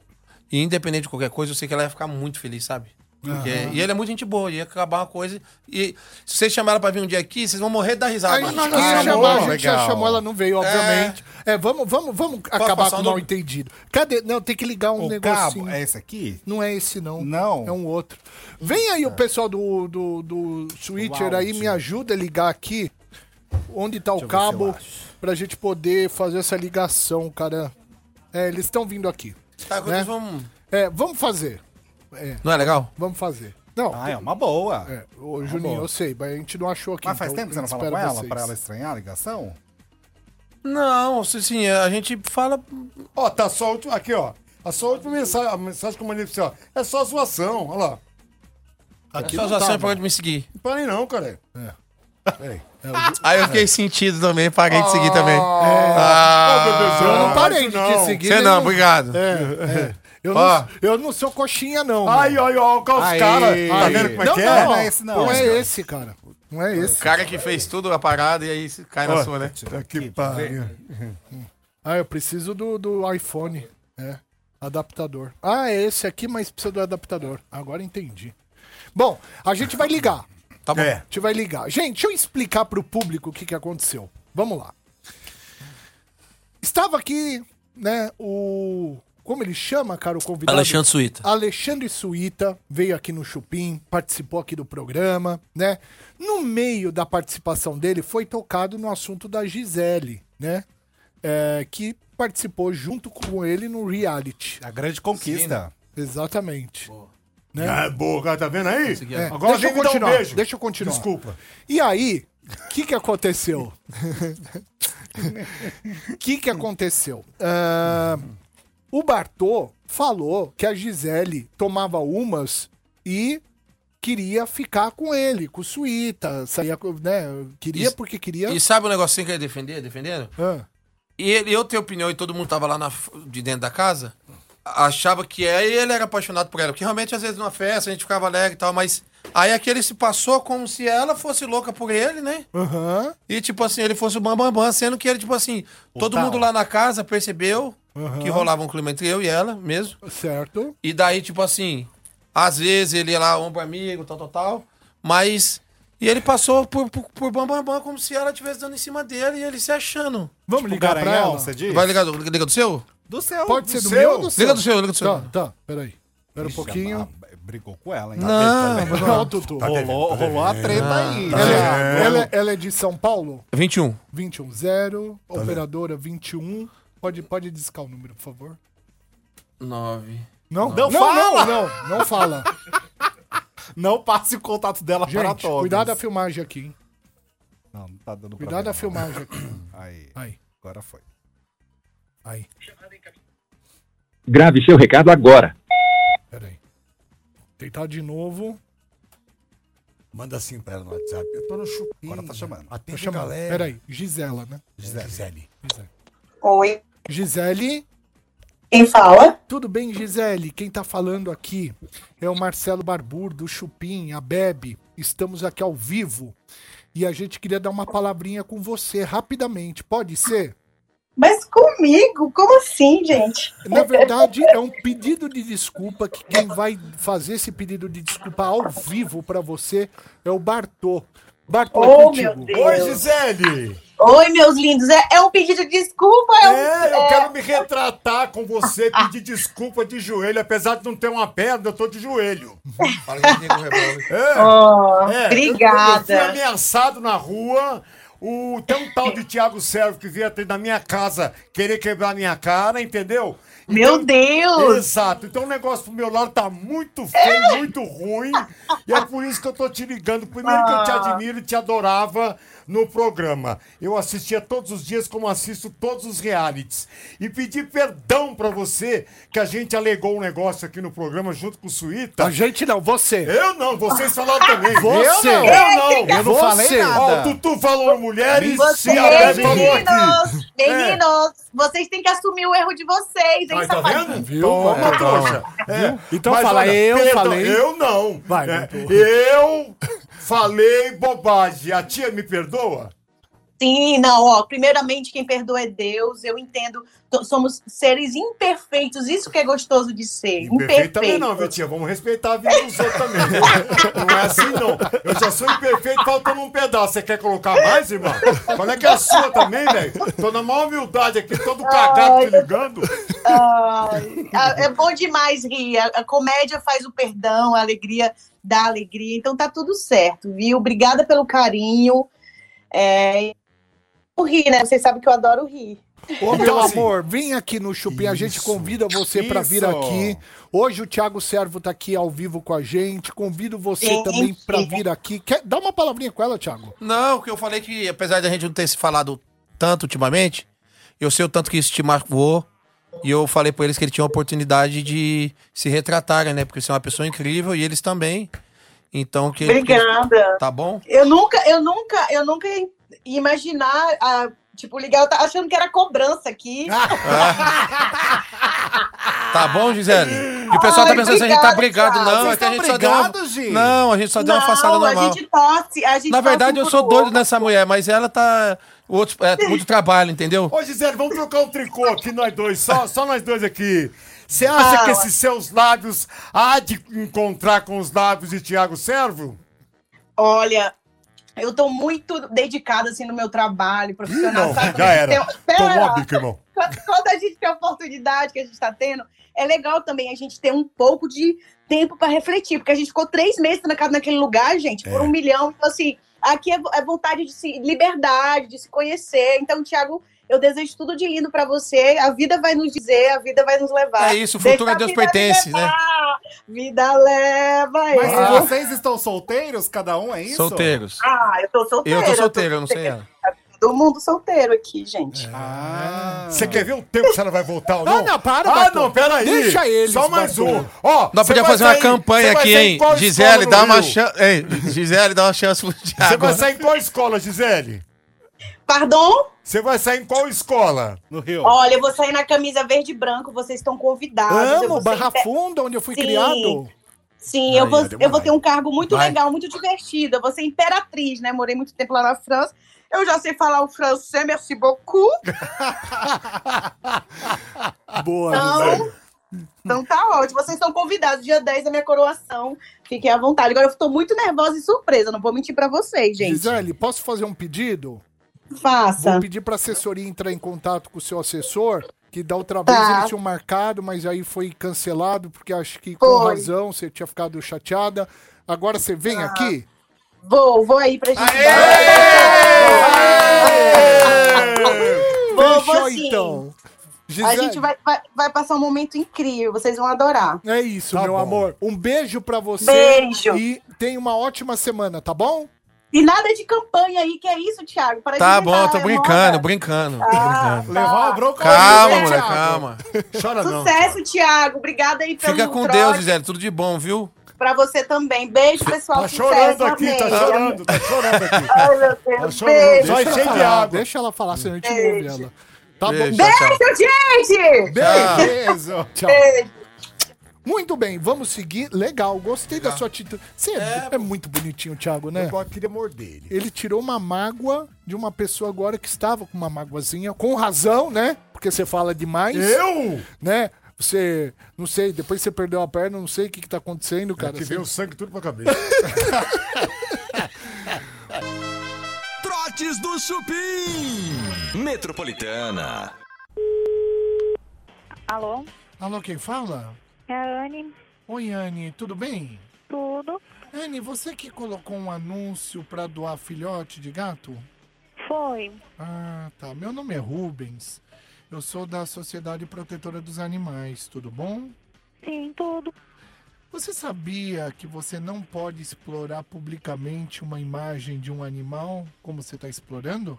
E independente de qualquer coisa, eu sei que ela ia ficar muito feliz, sabe? Porque- E ele é muito gente boa, ia acabar uma coisa. E se vocês chamarem ela pra vir um dia aqui, vocês vão morrer da risada.
A gente,
Mas-
quis
Ah,
chamar, a
bom,
gente já
legal.
chamou, ela não veio, obviamente. É, vamos, vamos, vamos acabar
passar
com o
no-
mal entendido. Cadê? Não, tem que ligar um
estão. O
negocinho.
cabo, é esse aqui?
Não é esse, não.
Não? É.
É um outro. Vem aí o pessoal do, do, do Switcher aí, me ajuda a ligar aqui. Onde tá o
ver se eu
cabo
acho.
pra gente poder fazer essa ligação, cara. É, eles estão vindo aqui.
Tá, quando
né?
eles vão-
É, vamos fazer.
Não é legal?
Vamos fazer. Não,
Ah, é uma boa.
é, ô, Juninho, eu sei, mas a gente não achou aqui.
Mas faz
então
tempo que você
a
não
gente
fala com
espera
ela,
vocês.
pra ela estranhar a ligação?
Não, assim, a gente fala.
[laughs] Ó, tá só a última, aqui, ó. A sua última mensagem, a mensagem que eu mandei pra você, ó. É só zoação, olha lá.
Aqui só tá, ações pode me seguir.
Não parei não, cara.
Aí eu fiquei sentido também, parei de seguir também.
Ah,
Eu não parei de
isso não.
te seguir.
Você
nem
não, É. obrigado.
Eu,
Ó.
não, eu não sou coxinha, não.
Ai, ó, ó, ó, os
Aí.
caras. Tá
Aí.
vendo como é
não,
que
não,
é?
Não é esse, não.
Não é
Cara.
esse, cara. Não é esse.
O cara que fez tudo a parada e aí cai na sua, né?
Puta que pariu.
Ah, eu preciso do, do iPhone. É. Adaptador. Ah, é esse aqui, mas precisa do adaptador. Agora entendi. Bom, a gente vai ligar.
Tá bom.
É.
A gente vai ligar. Gente, deixa eu explicar pro público o que, que aconteceu. Vamos lá. Estava aqui, né, o. Como ele chama, cara, o convidado?
Alexandre Suíta.
Alexandre Suíta veio aqui no Chupim, participou aqui do programa, né? No meio da participação dele foi tocado no assunto da Gisele, né? É, que participou junto com ele no reality.
A grande conquista.
Exatamente.
É boa, cara, tá vendo aí?
É,
Agora
deixa
deixa
eu
me dar um
continuar.
beijo.
Deixa eu continuar.
Desculpa.
E aí, o que, que aconteceu? [laughs] O que, que aconteceu? Ah, o Bartô falou que a Gisele tomava umas e queria ficar com ele, com o Suíta. Saía, com- né? Queria
Isso-
porque queria.
E sabe o negocinho que ele defendia, defendendo?
Ah,
E ele, eu tenho opinião e todo mundo tava lá na f- de dentro da casa, achava que é, e ele era apaixonado por ela. Porque realmente, às vezes, numa festa, a gente ficava alegre e tal, mas. Aí aquele se passou como se ela fosse louca por ele, né?
Aham.
E tipo assim, ele fosse o bambambam, bam, bam, sendo que ele, tipo assim, todo
tal.
mundo lá na casa percebeu que rolava um clima entre eu e ela mesmo.
certo.
E daí, tipo assim, às vezes ele ia lá, ombro amigo, tal, tal, tal. Mas. E ele passou por, por, por bam, bam, bam, como se ela estivesse dando em cima dele e ele se achando.
Vamos
Tipo,
ligar pra
Garanhão,
ela.
você diz?
Vai ligar do, liga do seu?
Do seu.
Pode ser do
seu?
meu ou do seu?
Liga do seu, liga do seu.
Tá, tá, peraí. Espera um pouquinho.
Chama- Brigou com ela, hein?
Não, mas não,
Tá
Tutu.
Rolou, rolou a treta aí.
Ela,
né?
é, ela é- ela é de São Paulo?
21.
21 0,
Tá
operadora 21. Pode, pode discar o número, por favor.
9.
Não,
Não fala!
Não, não, não
[laughs]
fala.
Não passe o contato dela para
Gente,
todos.
cuidado da filmagem aqui, hein?
Não, não tá dando pra
Cuidado da
ver,
filmagem aqui.
não. [coughs] Aí,
Aí,
agora foi.
aí,
Grave seu recado agora.
peraí. Tentar de novo.
Manda assim pra ela no WhatsApp. Eu tô no chupinho.
Agora tá chamando.
Tô
Atende a
chamando.
galera.
Peraí, Gisela, né?
Gisele. Gisele.
Oi,
Gisele,
quem fala?
tudo bem, Gisele? Quem tá falando aqui é o Marcelo Barbur, do Chupim, a Bebe. Estamos aqui ao vivo. E a gente queria dar uma palavrinha com você, rapidamente. Pode ser?
Mas comigo? Como assim, gente?
Na verdade, é um pedido de desculpa que quem vai fazer esse pedido de desculpa ao vivo pra você é o Bartô. Bartô, é
Oh,
contigo.
meu Deus.
Oi, Gisele!
Oi, meus lindos. É, é um pedido de desculpa? É um-
É, eu quero me retratar com você, pedir desculpa de joelho. Apesar de não ter uma perna, eu tô de joelho.
Fala que tem com o revólver.
Oh,
É, eu- Eu, fui
obrigada.
ameaçado na rua. O, tem um tal de Tiago Sérgio que veio até na minha casa querer quebrar minha cara, entendeu? Então,
Meu Deus.
Exato. Então o negócio pro meu lado tá muito feio, muito ruim. E é por isso que eu tô te ligando. Primeiro que eu te admiro e te adorava no programa. Eu assistia todos os dias, como assisto todos os realities. E pedi perdão pra você que a gente alegou um negócio aqui no programa junto com o Suíta.
A gente não, você.
Eu não, vocês falaram também.
Você.
Eu não, eu não.
Eu não falei
Ó, o
nada. é
Tutu falou em mulheres
Vocês,
e a Beth falou é aqui. É.
meninos, meninos, vocês têm que assumir o erro de vocês, hein,
Mas tá
safadinho?
vendo?
Viu?
Toma,
É,
trouxa. É.
Então fala, eu falei.
Eu não.
Vai,
É,
doutor.
eu falei bobagem. A tia me perdoa?
Sim, não, ó, primeiramente quem perdoa é Deus, eu entendo, to- somos seres imperfeitos, isso que é gostoso de ser,
Imperfeito
imperfeito.
também não, viu, tia? Vamos respeitar a vida dos outros também. viu? Não é assim, não. Eu já sou imperfeito faltando um pedaço. Você quer colocar mais, irmão? Qual é que é a sua também, velho? Tô na maior humildade aqui, todo cagado te ligando.
Ai, a- é bom demais rir, a, a comédia faz o perdão, a alegria dá alegria, então tá tudo certo, viu? Obrigada pelo carinho, é... O rir, né? Vocês sabem que eu adoro rir.
Ô, meu
Então, assim,
amor, vem aqui no Chupim. A gente
isso,
convida você pra vir
isso.
aqui. Hoje o Thiago Servo tá aqui ao vivo com a gente. Convido você
Gente.
também pra vir aqui. Quer, dá uma palavrinha com ela, Thiago.
Não, que eu falei que apesar de a gente não ter se falado tanto ultimamente, eu sei o tanto que isso te marcou. E eu falei pra eles que ele tinha uma oportunidade de se retratarem, né? Porque você é uma pessoa incrível e eles também. Então que.
Obrigada.
Tá bom?
Eu nunca, eu nunca, eu nunca ia imaginar, ah, tipo, ligar, eu tava achando que era cobrança aqui.
Ah, É. Tá bom, Gisele? E o pessoal tá
Ai,
pensando se a gente tá
obrigada,
brigado.
Thiago.
Não,
Vocês
é que a
tão
gente só deu uma.
brigados, Gi?
Não, a gente só deu uma afastada
a
normal.
gente torce, a gente
Na verdade, eu
torce um
sou
pro
doido
outro.
nessa mulher, mas ela tá. o Outro, é muito trabalho, entendeu?
Ô, Gisele, vamos trocar um tricô aqui, nós dois, só, só nós dois aqui. Você acha
Ah,
que
ué.
esses seus lábios há de encontrar com os lábios de Tiago Servo?
Olha, eu tô muito dedicada, assim, no meu trabalho profissional.
Não,
sabe?
já era.
Tem- um- Pera
Tomou a
lá.
bica, irmão.
Quando, quando a gente tem a oportunidade que a gente tá tendo, é legal também a gente ter um pouco de tempo para refletir, porque a gente ficou três meses trancado naquele lugar, gente,
É.
por um milhão. Então, assim, aqui é, vo- é vontade de se. liberdade, de se conhecer. Então, Thiago. Eu desejo tudo de lindo pra você. A vida vai nos dizer, a vida vai nos levar.
É isso, o futuro
Deixa
a
a
Deus
vida me
pertence, né?
levar. Vida leva
Mas
eu.
se vocês estão solteiros, cada um, é isso?
Solteiros.
Ah, eu tô solteira.
Eu tô solteiro, eu não sei É. ela.
Todo mundo solteiro aqui, gente.
Ah.
Você quer ver o tempo se ela vai voltar ou não?
Ah, não, para,
Ah,
Bartô.
não, peraí.
Deixa eles,
Só mais
Bartô.
um. Ó, você
Nós podíamos
vai
fazer uma
sair-
campanha
você vai
aqui,
sair em
hein?
qual escola
Gisele,
no
dá uma
Rio?
chance. Ei, Gisele, dá uma chance pro
Você
Thiago.
vai sair em qual escola, Gisele?
Pardon?
Você vai sair em qual escola?
No Rio.
Olha, eu vou sair na camisa verde e branco, vocês estão convidados. eu
Amo
vou ser
Barra
inter-
Funda, onde eu fui
Sim.
criado.
Sim, eu,
Ai,
vou,
ai, deu
eu vou
vontade.
ter um cargo muito
Vai.
legal, muito divertido. Eu vou ser imperatriz, né? Morei muito tempo lá na França. Eu já sei falar o francês, merci beaucoup.
[laughs] Boa, Gisele.
Então, então tá ótimo. Vocês são convidados. Dia 10 da minha coroação. Fiquem à vontade. Agora eu tô muito nervosa e surpresa. Não vou mentir pra vocês, gente. Tá.
Gisele, posso fazer um pedido?
Faça.
Vou pedir pra assessoria entrar em contato com o seu assessor Que da outra vez
Tá.
eles tinham marcado, mas aí foi cancelado, porque acho que com
Foi. Tá.
razão você tinha ficado chateada. Agora você vem aqui?
Vou, vou aí pra gente. Vou, vou
Fechou
sim.
então.
A
Gisele,
gente vai, vai, vai passar um momento incrível, vocês vão adorar.
É isso,
Tá
meu amor. Um beijo pra você.
Beijo.
E tenha uma ótima semana, tá bom?
E nada de campanha aí, que é isso, Thiago? Para de
Tá
inventar,
bom, tô
é
brincando,
moda.
brincando.
Ah,
brincando.
Tá.
Levar uma bronca
Calma,
hoje, né,
moleque,
Thiago? é
calma.
Chora não.
Sucesso, Thiago. Obrigada aí pelo
um
Fica com
trote.
Deus, Gisele. Tudo de bom, viu?
Pra você também. Beijo, pessoal.
Tá
Sucesso,
chorando aqui, tá
amém.
chorando, tá chorando aqui.
[laughs]
Ai, meu
Tá
Deus.
chorando.
Beijo.
Só
Deixa
enchei
ela
de
falar,
água.
Deixa ela falar, senão a gente ouve ela. Tá
Beijo,
bom.
tchau.
Beijo, gente!
Beijo.
Beijo.
Tchau. Muito bem, vamos seguir. Legal, gostei da sua atitude. Você é, é muito bonitinho, Thiago, né?
Eu queria morder ele.
Ele tirou uma mágoa de uma pessoa agora que estava com uma mágoazinha, com razão, né? Porque você fala demais.
Eu?
Né? Você, não sei, depois você perdeu a perna, não sei o que, que tá acontecendo, cara. assim,
que
Você-
veio o sangue tudo pra cabeça.
Trotes do Chupim. Metropolitana.
Alô?
Alô, quem fala?
É a Anne.
Oi, Anne, tudo bem?
Tudo?
Anne, você que colocou um anúncio pra doar filhote de gato?
Foi.
Ah, tá. Meu nome é Rubens. Eu sou da Sociedade Protetora dos Animais, tudo bom?
Sim, tudo.
Você sabia que você não pode explorar publicamente uma imagem de um animal como você está explorando?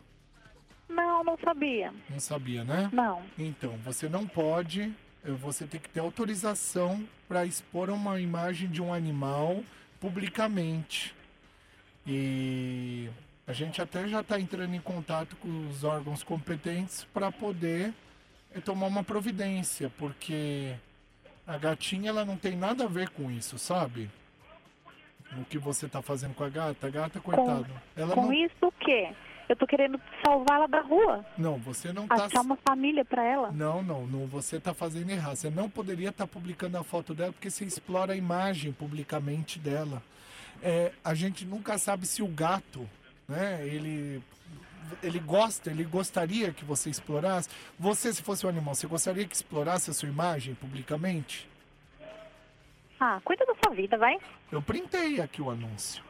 Não, não sabia.
Não sabia, né?
Não.
Então, você não pode, eh, você tem que ter autorização para expor uma imagem de um animal publicamente. E a gente até já está entrando em contato com os órgãos competentes para poder eh, tomar uma providência, porque a gatinha ela não tem nada a ver com isso, sabe? O que você está fazendo com a gata? A gata, coitada. Ela
Com
não...
isso o quê? Eu tô querendo salvá-la da rua.
não, você não tá está.
Achar uma família pra ela.
Não, não, não, você tá fazendo errado. Você não poderia estar publicando a foto dela porque você explora a imagem publicamente dela. É, a gente nunca sabe se o gato, né, ele ele gosta, ele gostaria que você explorasse. Você, se fosse um animal, você gostaria que explorasse a sua imagem publicamente?
Ah, cuida da sua vida, vai.
Eu printei aqui o anúncio.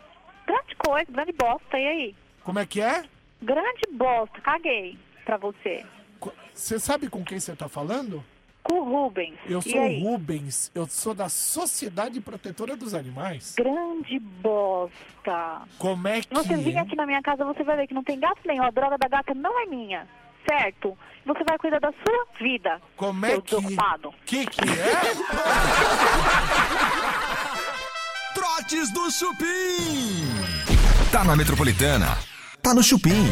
Grande coisa, grande bosta, e aí?
Como é que é?
Grande bosta, caguei pra você.
Co- Você sabe com quem você tá falando?
Com o Rubens.
Eu
e
sou
aí?
o Rubens, eu sou da Sociedade Protetora dos Animais.
Grande bosta.
Como é que
Você vir
é?
aqui na minha casa, você vai ver que não tem gato nenhum. A droga da gata não é minha, certo? Você vai cuidar da sua vida.
Como é
seu
que.
desocupado.
Que que é?
Trotes do Chupim. Tá na Metropolitana. Tá no Chupim.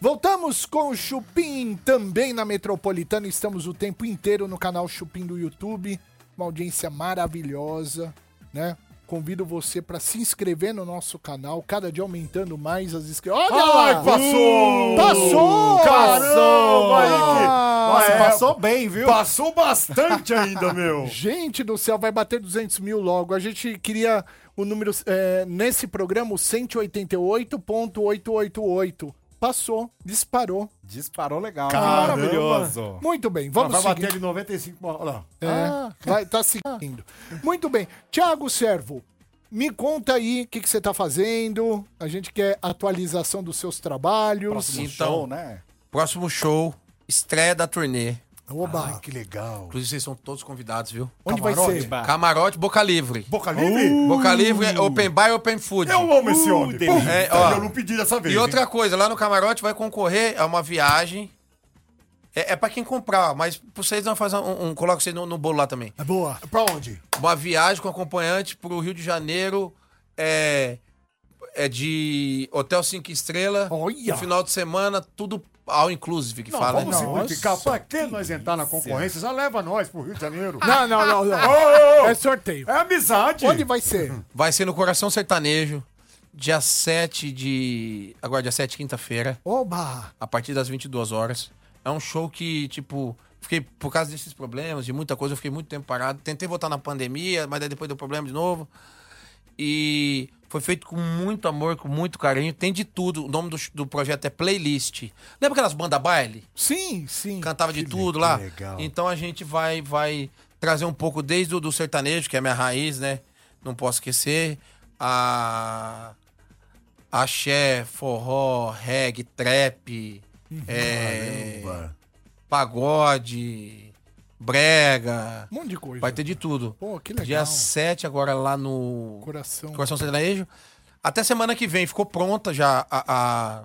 Voltamos com o Chupim também na Metropolitana. Estamos o tempo inteiro no canal Chupim do YouTube. Uma audiência maravilhosa, né? Convido você para se inscrever no nosso canal, cada dia aumentando mais as inscrições. Olha lá!
Ai, passou!
uh, Passou!
Caramba! aí que-
Nossa,
é,
passou bem, viu?
Passou bastante
[laughs]
ainda, meu.
Gente do céu, vai bater 200 mil logo. A gente queria o número, é, nesse programa, o 188.888. Passou, disparou.
Disparou legal.
Caramba.
Maravilhoso.
Muito bem, vamos
Vai
seguir.
bater de 95. Olha lá.
É, vai, tá seguindo. Muito bem. Tiago Servo, me conta aí o que, que você tá fazendo. A gente quer atualização dos seus trabalhos.
Próximo
Então.
show, né?
Próximo show, estreia da turnê.
Oba,
Que legal.
Inclusive, vocês são todos convidados, viu?
onde vai
Camarote,
ser?
Bah.
Camarote Boca Livre.
Tá. Boca livre?
Boca Livre, é open bar e open food.
Eu amo esse homem. Porra,
É, ó.
eu não pedi dessa vez.
E outra coisa, lá no camarote vai concorrer a uma viagem. É, é pra quem comprar, mas pra vocês vão fazer um. um coloca vocês no, no bolo lá também.
É boa. Pra onde?
Uma viagem com acompanhante pro Rio de Janeiro. É. É de Hotel 5 Estrelas.
Olha!
No final de semana, tudo all inclusive que
Não,
fala.
vamos
né?
simplificar. Pra que nós entrar na concorrência? Já leva nós pro Rio de Janeiro.
Não, não, não, [laughs] não.
Ô, ô, ô.
É sorteio.
É amizade.
Onde vai ser?
Vai ser no Coração Sertanejo, dia 7 de. Agora, dia 7, quinta-feira.
[laughs] Oba!
a partir das 22 horas. É um show que, tipo, fiquei por causa desses problemas, de muita coisa, eu fiquei muito tempo parado. Tentei voltar na pandemia, mas daí depois deu problema de novo. E Foi feito com muito amor, com muito carinho. Tem de tudo. O nome do, do projeto é Playlist. Lembra aquelas bandas baile?
Sim, sim.
Cantava de
Que
tudo
le-
lá.
que legal.
Então a gente vai vai trazer um pouco desde o do sertanejo, que é a minha raiz, né? Não posso esquecer. A axé, forró, reggae, trap, é,
Uhum. Caramba.
pagode, brega.
Um monte de coisa.
Vai ter de tudo.
Pô, que legal.
Dia 7 agora lá no
Coração.
Coração Sertanejo. Até semana que vem. Ficou pronta já a, a-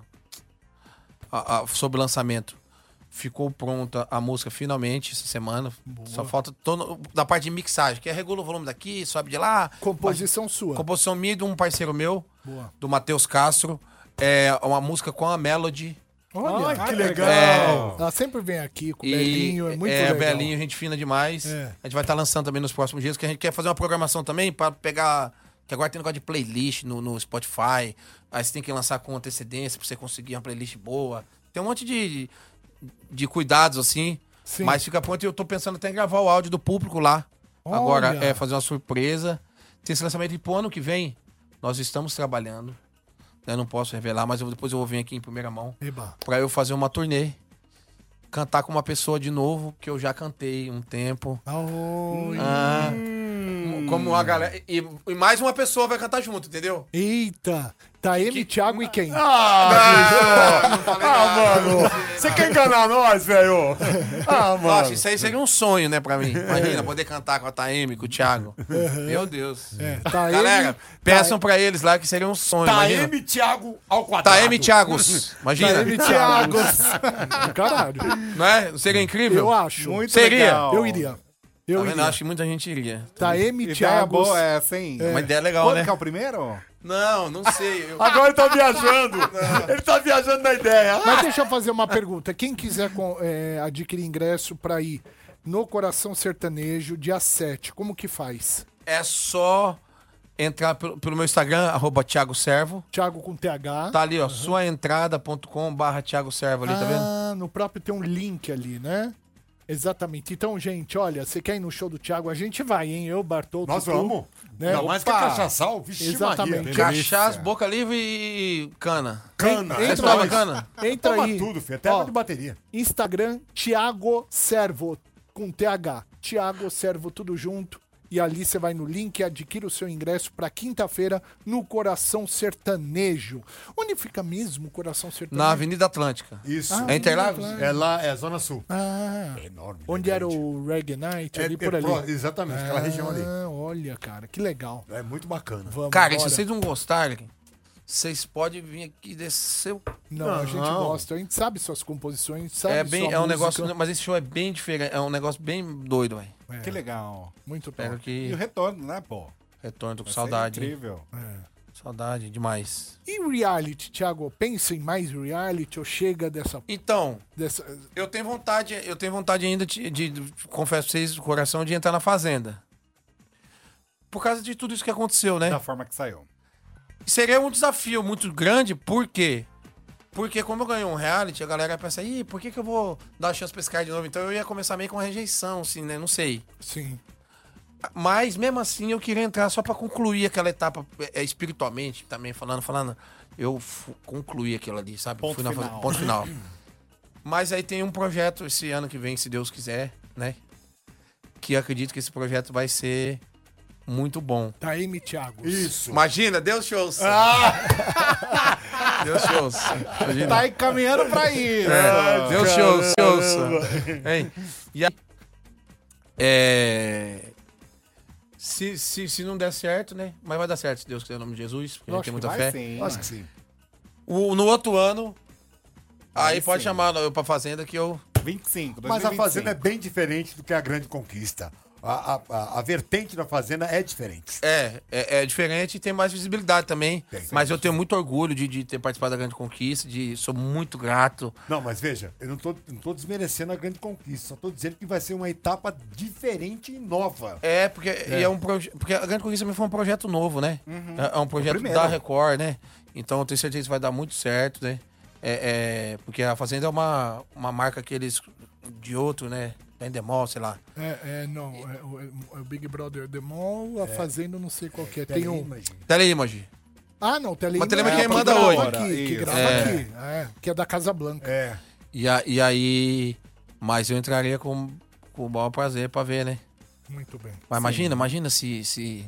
a- a- sobre o lançamento. Ficou pronta a música finalmente essa semana. Só falta todo- da parte de mixagem, que é regula o volume daqui, sobe de lá.
Composição sua.
Composição minha e de um parceiro meu,
Boa.
do Matheus Castro. É uma música com a Melody.
Olha, Ah,
Ai, que legal.
Ela sempre vem aqui com o
E
Belinho, é muito
é,
legal.
Belinho, gente fina demais.
É.
A gente vai estar lançando também nos próximos dias, que a gente quer fazer uma programação também para pegar. Que agora tem um negócio de playlist no, no Spotify. Aí você tem que lançar com antecedência pra você conseguir uma playlist boa. Tem um monte de, de cuidados, assim.
Sim.
Mas fica pronto e eu tô pensando até em gravar o áudio do público lá.
Olha.
Agora, é fazer uma surpresa. Tem esse lançamento e pro ano que vem. Nós estamos trabalhando. Eu não posso revelar, mas eu- depois eu vou vir aqui em primeira mão
Eba.
pra eu fazer uma turnê, cantar com uma pessoa de novo que eu já cantei um tempo.
Ai.
Ah, Como a galera. E, e mais uma pessoa vai cantar junto, entendeu?
Eita. Taeme, Thiago e quem? tá
Ah, mano! Você quer enganar nós, velho?
né?
Ah,
Nossa,
mano!
isso aí seria um sonho, né, pra mim. Imagina, poder cantar com a Taeme, com o Thiago. Meu Deus.
É. Taeme-
Galera, peçam pra eles lá que seria um sonho. imagina.
Taeme Thiago ao quadrado.
Taeme Thiagos. Imagina.
Taeme, É Thiago. [laughs] Caralho.
Não é? Seria incrível?
Eu acho.
Muito
Seria.
legal.
Eu iria.
Tá
Eu
vendo?
iria. Tá,
acho que muita gente iria.
Taeme,
Ideia
Thiago.
boa é essa, hein?
Uma ideia legal,
Quando
né?
que é o primeiro?
Não, não sei. Eu...
Agora ele tá viajando. Ele tá viajando na ideia.
Mas deixa eu fazer uma pergunta. Quem quiser com- é, adquirir ingresso pra ir no Coração Sertanejo, dia 7, como que faz?
É só entrar pelo, pelo meu Instagram, arroba Thiago Servo.
Thiago com TH.
Tá ali, ó, suaentrada.com barra Thiago Servo ali, tá vendo?
Ah, no próprio tem um link ali, né? Exatamente. Então, gente, olha, você quer ir no show do Thiago? A gente vai, hein? Eu, Bartol,
Nós
Tutu,
vamos.
Né?
Ainda mais que é
Opa.
cachaçal, vixe
Exatamente.
Maria.
Cachaça, boca livre e cana.
Cana. é
Entra
Você toma
aí.
cana?
Entra
Toma
aí.
tudo, filho. Até
Ó,
água de bateria.
Instagram, Thiago Servo, com TH. Thiago Servo, tudo junto. E ali você vai no link e adquire o seu ingresso pra quinta-feira no Coração Sertanejo. Onde fica mesmo o Coração Sertanejo?
Na Avenida Atlântica.
Isso.
É Interlagos?
É lá, é Zona Sul.
Ah,
É enorme.
onde era o Reggae Night,
É,
ali
é
por ali.
pro- exatamente, aquela é região ali.
Ah, olha, cara, que legal.
É muito bacana.
Vamos
Cara, e se
bora.
vocês não gostarem, vocês podem vir aqui descer. o-
Não, a gente gosta, a gente sabe suas composições, a gente sabe
É, bem,
sua
é um
música.
negócio. Mas esse show é bem diferente. É um negócio bem doido, velho.
Que legal.
Muito
Pega
top.
E o
aqui,
retorno, né, pô?
retorno, tô com
Vai ser
saudade. hein?
Incrível.
Saudade demais.
E reality, Thiago? Pensa em mais reality ou chega dessa...
Então,
dessa...
Eu tenho vontade, eu tenho vontade ainda de, de- de- confesso pra vocês do coração, de entrar na fazenda. Por causa de tudo isso que aconteceu, né?
Da forma que saiu.
Seria um desafio muito grande, por quê? Porque como eu ganhei um reality, a galera ia pensar, ih, por que, que eu vou dar chance pra esse cara de novo? Então eu ia começar meio com rejeição, assim, né? Não sei.
Sim.
Mas mesmo assim eu queria entrar só pra concluir aquela etapa é, espiritualmente também, falando, falando. Eu fu- concluí aquilo ali, sabe?
Ponto
na-
final.
ponto
[clears throat]
final. Mas aí tem um projeto esse ano que vem, se Deus quiser, né? Que eu acredito que esse projeto vai ser muito bom.
Tá aí, me, Thiago.
Isso.
Imagina, Deus shows. [laughs] Deus shows. Imagina.
Ah. Tá encaminhando pra Ah, isso.
É, Deus te ouça, te ouça. Hein? E aí, é, se, se, se não der certo, né? Mas vai dar certo, se Deus quiser, em nome de Jesus, porque a gente tem muita
Vai
fé.
sim.
Acho que sim.
O- no outro ano, aí
Vai
pode
sim.
chamar eu pra fazenda que eu.
25,
Mas a
2025.
Fazenda é bem diferente do que a Grande Conquista. A, a- a- a vertente da Fazenda é diferente.
É, é, é diferente e tem mais visibilidade também.
Tem.
mas eu tenho muito orgulho de, de ter participado da Grande Conquista, de sou muito grato.
Não, mas veja, eu não tô, não tô desmerecendo a Grande Conquista. Só tô dizendo que vai ser uma etapa diferente e nova.
É, porque, e é um proje- porque a Grande Conquista também foi um projeto novo, né?
Uhum.
É, é um projeto
primeiro.
da Record, né? Então eu tenho certeza que vai dar muito certo, né? É, é, porque a Fazenda é uma, uma marca que eles. de outro, né? Endemol, sei lá.
É, é, não, é, o- é o Big Brother The Mall, a Fazenda, não sei qual que é. Tem um...
Imagina.
Teleimage.
Ah, não, o Telema.
Mas Telema é quem
que
manda
grava
hoje.
Aqui, que
Isso.
grava
É.
aqui. É, que é da Casa Blanca.
É.
E, a- e aí. Mas eu entraria com, com o maior prazer pra ver, né?
Muito bem.
Mas imagina, imagina se, se.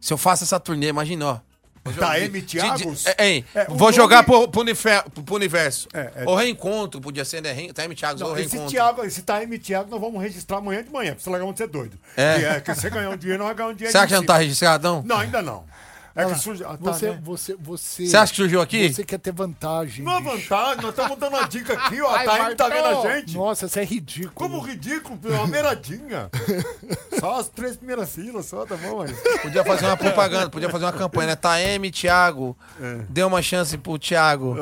Se eu faço essa turnê, imagina, ó.
Tá, M.
De- de-
Thiagos?
é, hein,
É, o
vou
nome-
jogar pro, pro unife- pro universo.
É, é.
Ou reencontro, podia ser, né? Re- Tá M. Thiagos ou
Não, esse
reencontro.
Thiago, esse Time Thiago, nós vamos registrar amanhã de manhã, pra você largar mão de ser doido.
É.
E que você ganhar um dinheiro, nós vamos ganhar um dinheiro.
Será que já não tá
em cima.
registrado, não?
Não, ainda não. É
Olha
que
lá,
surge. ah, tá,
você, um
né?
você, você.
Você acha que surgiu aqui?
Você quer ter vantagem.
Não é
bicho.
vantagem, nós estamos dando a dica aqui, ó. A
Ai,
Time tá vendo a
Marcão!
gente.
Nossa, isso é ridículo.
Como ridículo, é uma
[laughs]
beiradinha. só as três primeiras filas, só, tá bom, mas.
Podia fazer uma propaganda, podia fazer uma campanha, né? Tá M. Thiago. Dê uma chance pro Thiago.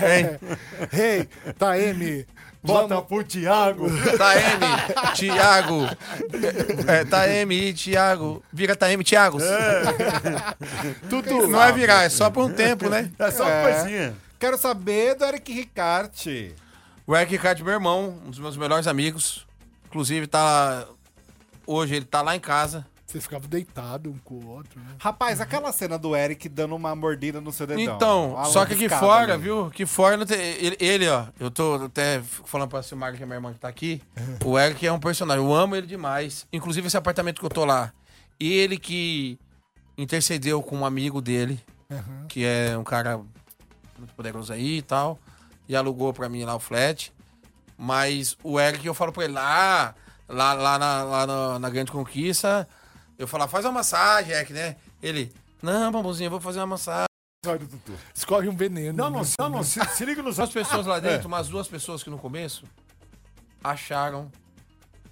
É. Hein?
É. Ei, Taeme,
Bota pro Thiago.
Tá M, Thiago. É, tá M, Thiago. Vira tá M, Thiago.
tudo.
Não é virar, é só por um tempo, né?
É só uma coisinha.
Quero saber do Eric Ricarte.
O Eric Ricardo, meu irmão, um dos meus melhores amigos. Inclusive, tá. Hoje ele tá lá em casa.
Vocês ficavam deitados um com o outro, né?
Rapaz, aquela cena do Eric dando uma mordida no seu dedão.
Então,
Uma
só que aqui
lambiscada
fora,
ali.
viu? Aqui fora não tem. Ele, ele, ó, eu tô até falando pra Silmar, que é minha irmã que tá aqui. O Eric é um personagem. Eu amo ele demais. Inclusive, esse apartamento que eu tô lá. Ele que intercedeu com um amigo dele, que é um cara muito poderoso aí e tal. E alugou pra mim lá o flat. Mas o Eric, eu falo pra ele lá, lá, lá, na, lá na, na Grande Conquista, eu falo, "Ah, faz uma massagem, Eric, né? Ele, não, bambuzinho, eu vou fazer uma massagem.
Sai do tutu.
Escorre um veneno.
Não, não,
né?
não, não. Se, se liga nos
As pessoas
É.
lá dentro, umas duas pessoas que no começo acharam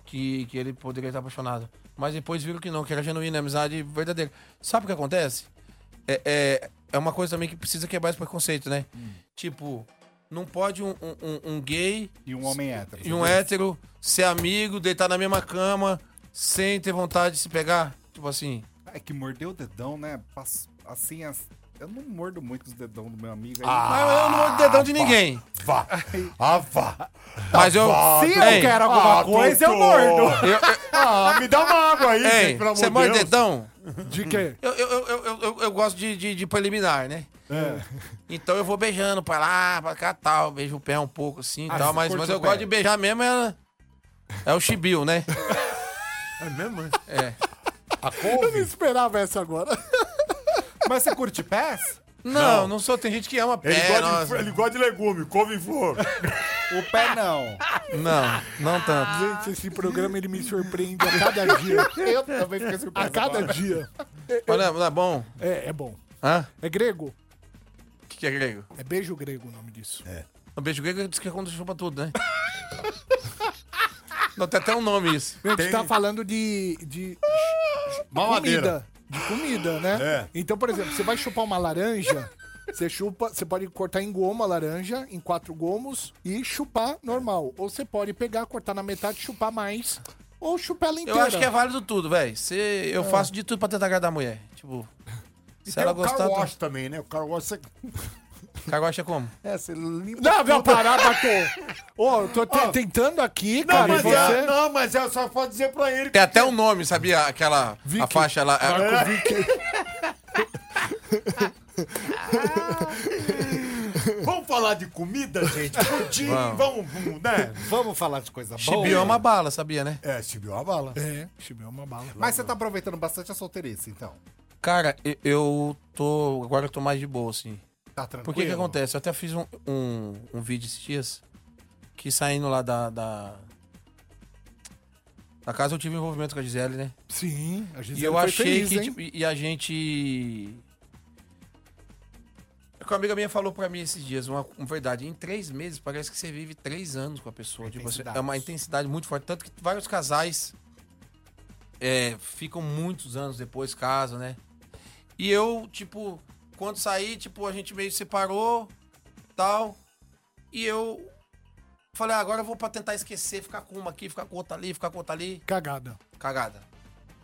que, que ele poderia estar apaixonado. Mas depois viram que não, que era genuína, amizade verdadeira. Sabe o que acontece? É, é, é uma coisa também que precisa quebrar esse preconceito, né?
Hum.
Tipo, não pode um, um- um- um gay
E um homem hétero.
e um hétero ser amigo, deitar na mesma cama, sem ter vontade de se pegar. Tipo assim.
É que mordeu o dedão, né? Pas- Assim, as- eu não mordo muito os dedão do meu amigo. aí-
Mas "Ah, eu não mordo o dedão de ninguém.
Ah, Vá. Ah, vá.
Mas eu.
Se eu
Ei,
quero alguma
Ah,
coisa, eu
Totô.
mordo.
eu- eu-
[laughs] Ah, me dá uma água aí,
ei,
gente, pelo amor
você
de
morde
Deus.
dedão?
De quê?
Eu, eu, eu, eu, eu, eu gosto de, de, de preliminar, né?
É.
Então eu vou beijando pra lá, pra cá tal. Beijo o pé um pouco assim e
Ah,
tal.
você
Mas,
curte
mas
o
eu
pé.
gosto de beijar mesmo é, é o chibiu, né?
[laughs] É mesmo?
É.
Eu não esperava essa agora.
Mas você curte pés?
Não, não, sou. Tem gente que ama pé.
Ele, gosta de,
nossa.
ele gosta de legume, couve em flor.
O pé não.
Não, não tanto.
Gente, esse programa ele me surpreende a cada dia.
Eu também fiquei surpreso.
A cada dia.
Olha, não é bom.
É, é bom.
Hã?
É grego?
O que, que é grego?
É beijo grego o nome disso.
O beijo grego diz que é quando
[laughs]
chupa tudo, né? Não, tem até um nome isso.
A gente tá falando de, de
Mamadeira.
comida. De comida, né?
É.
Então, por exemplo, você vai chupar uma laranja, você chupa, você pode cortar em goma a laranja, em quatro gomos, e chupar normal. Ou você pode pegar, cortar na metade, chupar mais, ou chupar ela
Eu
inteira.
acho que é válido tudo, velho. Eu faço de tudo pra tentar agradar a mulher. Tipo, se ela
o
gostar.
car wash
tu-
também, né? O car wash você...
Cargocha é como?
É, você limpa...
Não, não, parar,
[laughs]
Batô. Ô, eu tô te- tentando aqui,
Não,
cara, e
mas,
você...
é, não, mas é, só pode dizer pra ele...
Tem até um nome, sabia? Aquela a faixa lá. é-
Vamos falar de comida,
[laughs]
gente? Pudim, vamos, vamos, né?
Vamos falar de coisa boa.
Chibiu é uma bala, sabia, né?
É, se viu a bala.
É, chibé é uma bala.
Mas você tá aproveitando bastante a solteirice, então.
Cara, eu, eu tô. Agora eu tô mais de boa, assim.
Tá tranquilo.
Porque que que acontece? Eu até fiz um, um, um vídeo esses dias que saindo lá da, da. da casa eu tive um envolvimento com a Gisele, né?
Sim, a gente
E eu achei que. tipo, e e a gente. é que Uma amiga minha falou pra mim esses dias, uma, uma verdade. Em três meses, parece que você vive três anos com a pessoa. Tipo, você- é uma intensidade muito forte. Tanto que vários casais é, ficam muitos anos depois, casam, né? E eu, tipo, quando saí, tipo, a gente meio separou, tal. E eu falei, ah, agora eu vou pra tentar esquecer, ficar com uma aqui, ficar com outra ali, ficar com outra ali.
Cagada.
Cagada.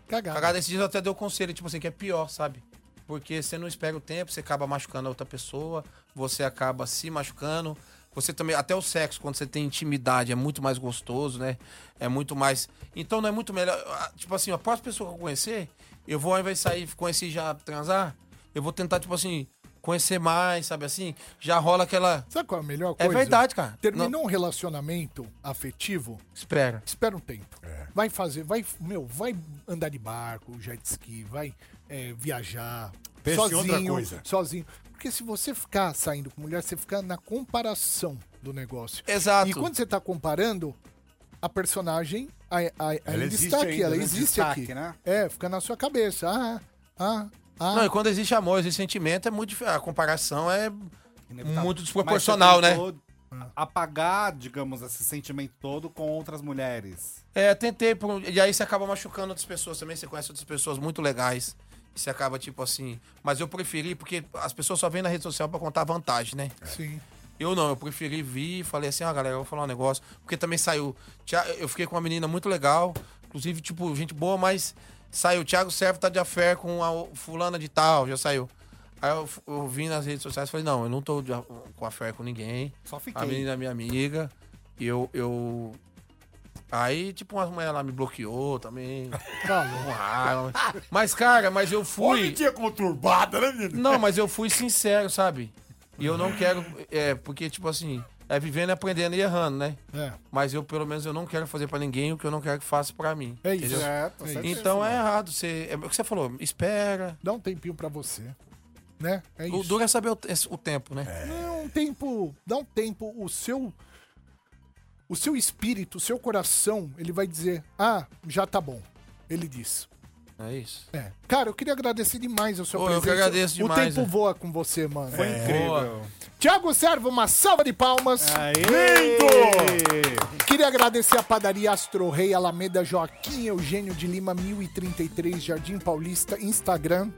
Cagada.
Cagada esses dias eu até deu conselho, tipo assim, que é pior, sabe? Porque você não espera o tempo, você acaba machucando a outra pessoa, você acaba se machucando. Você também, até o sexo, quando você tem intimidade, é muito mais gostoso, né? É muito mais. Então não é muito melhor. ah, Tipo assim, a próxima pessoa que eu conhecer, eu vou ao invés de sair, conhecer e já transar, eu Eu vou tentar, tipo assim, conhecer mais, sabe assim? Já rola aquela.
Sabe qual é a melhor
É
coisa?
verdade, cara.
Terminou
Não-
um relacionamento afetivo,
Espera.
espera um tempo.
É.
Vai fazer, vai, meu, vai andar de barco, jet ski, vai é, viajar.
Pense em outra
sozinho,
coisa.
sozinho. Porque se você ficar saindo com mulher, você fica na comparação do negócio.
Exato.
E quando você tá comparando, a personagem a, a- ainda
existe
está aqui,
ainda,
ela
né?
existe
Destaque,
aqui.
né?
É, fica na sua cabeça. Ah, ah, ah.
Não, e quando existe amor, existe sentimento, é muito dif- A comparação é muito
Mas
desproporcional,
você
né?
tentou Apagar, digamos, esse sentimento todo com outras mulheres.
É, tentei. por um- E aí você acaba machucando outras pessoas também. Você conhece outras pessoas muito legais. E você acaba, tipo assim. Mas eu preferi, porque as pessoas só vêm na rede social pra contar vantagem, né?
É.
Sim.
Eu não, eu preferi vir e falei assim, ó, galera, eu vou falar um negócio. Porque também saiu. Tia- Eu fiquei com uma menina muito legal, inclusive, tipo, gente boa, mas saiu. Thiago Servo tá de afé com a o- fulana de tal, já saiu. Aí eu, f- eu vim nas redes sociais e falei, não, eu não tô de a- com afé com ninguém.
Só
A
fiquei.
menina é minha amiga. E eu. eu... Aí, tipo, uma mulher lá me bloqueou também. Com
[laughs]
raiva. Mas, cara, mas eu fui.
Homem tinha conturbada, né, menino?
Não, mas eu fui sincero, sabe? E eu não quero. É, porque, tipo assim, é vivendo, aprendendo e errando, né?
É.
Mas eu, pelo menos, eu não quero fazer pra ninguém o que eu não quero que faça pra mim.
É isso.
entendeu?
É,
tá
isso.
certo.
Então é errado. Você, é o que você falou, espera.
Dá um tempinho pra você. Né? É
O
isso.
duro é saber o, te- o tempo, né?
Dá um tempo. Dá um tempo. O seu. O seu espírito, o seu coração, ele vai dizer: Ah, já tá bom. Ele diz.
É, isso.
É. Cara, eu queria agradecer demais a sua
Ô, eu
presença.
que agradeço
O
demais,
tempo
é.
voa com você, mano. Foi
Boa.
Tiago Servo, uma salva de palmas.
Lindo!
Queria agradecer a padaria Astro Rei, Alameda Joaquim Eugênio de Lima, 1033, Jardim Paulista, Instagram.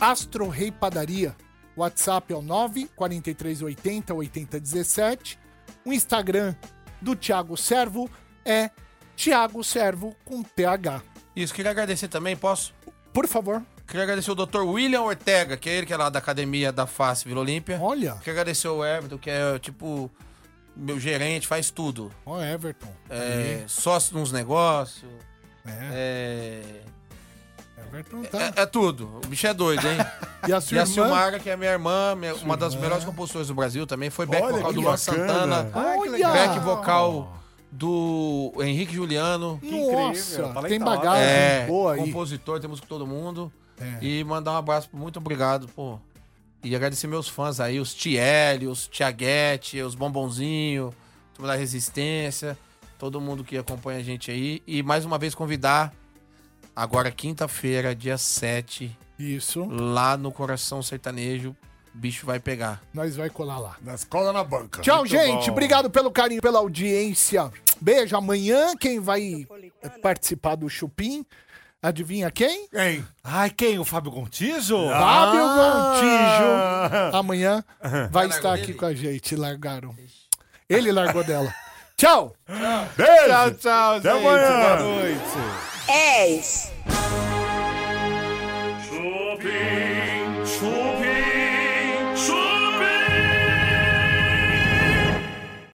Astro Rei Padaria. WhatsApp é o 94380 8017. O Instagram do Thiago Servo é Thiago Servo com TH.
Isso, queria agradecer também, posso?
Por favor,
Queria agradecer o Dr. William Ortega, que é ele que é lá da Academia da Face Vila Olímpia.
olha.
Queria agradecer o Everton, que é, tipo, meu gerente, faz tudo.
Ó, Everton.
É, sócio nos negócios.
É,
É,
Everton tá.
é, é tudo. O bicho é doido, hein?
E a
e
sua
a
irmã?
Silmara, que é minha irmã, minha- uma das melhores compositoras do Brasil também, foi back vocal do Luan Santana,
Olha!
back vocal do Henrique Juliano,
Nossa,
incrível,
tem
talentosa.
bagagem
é,
Ah, boa aí.
compositor, tem música com todo mundo.
É.
E mandar um abraço, muito obrigado, pô. E agradecer meus fãs aí, os Tielli, os Tiaguete, os Bombonzinho, turma da Resistência, todo mundo que acompanha a gente aí. E mais uma vez convidar, agora quinta-feira, dia 7,
Isso,
lá no Coração Sertanejo, bicho vai pegar.
nós vai colar lá.
Na escola na banca.
Tchau, gente. Obrigado pelo carinho, pela audiência. Beijo. Amanhã, quem vai participar do Chupim? Adivinha quem?
Hein?
Ai, quem? O Fábio Gontijo?
Fábio
Ah!
Gontijo. Amanhã vai estar aqui com a gente. Largaram. Ele largou dela. Tchau.
Beijo!
Tchau, tchau,
Até
gente.
amanhã.
Boa noite.
És.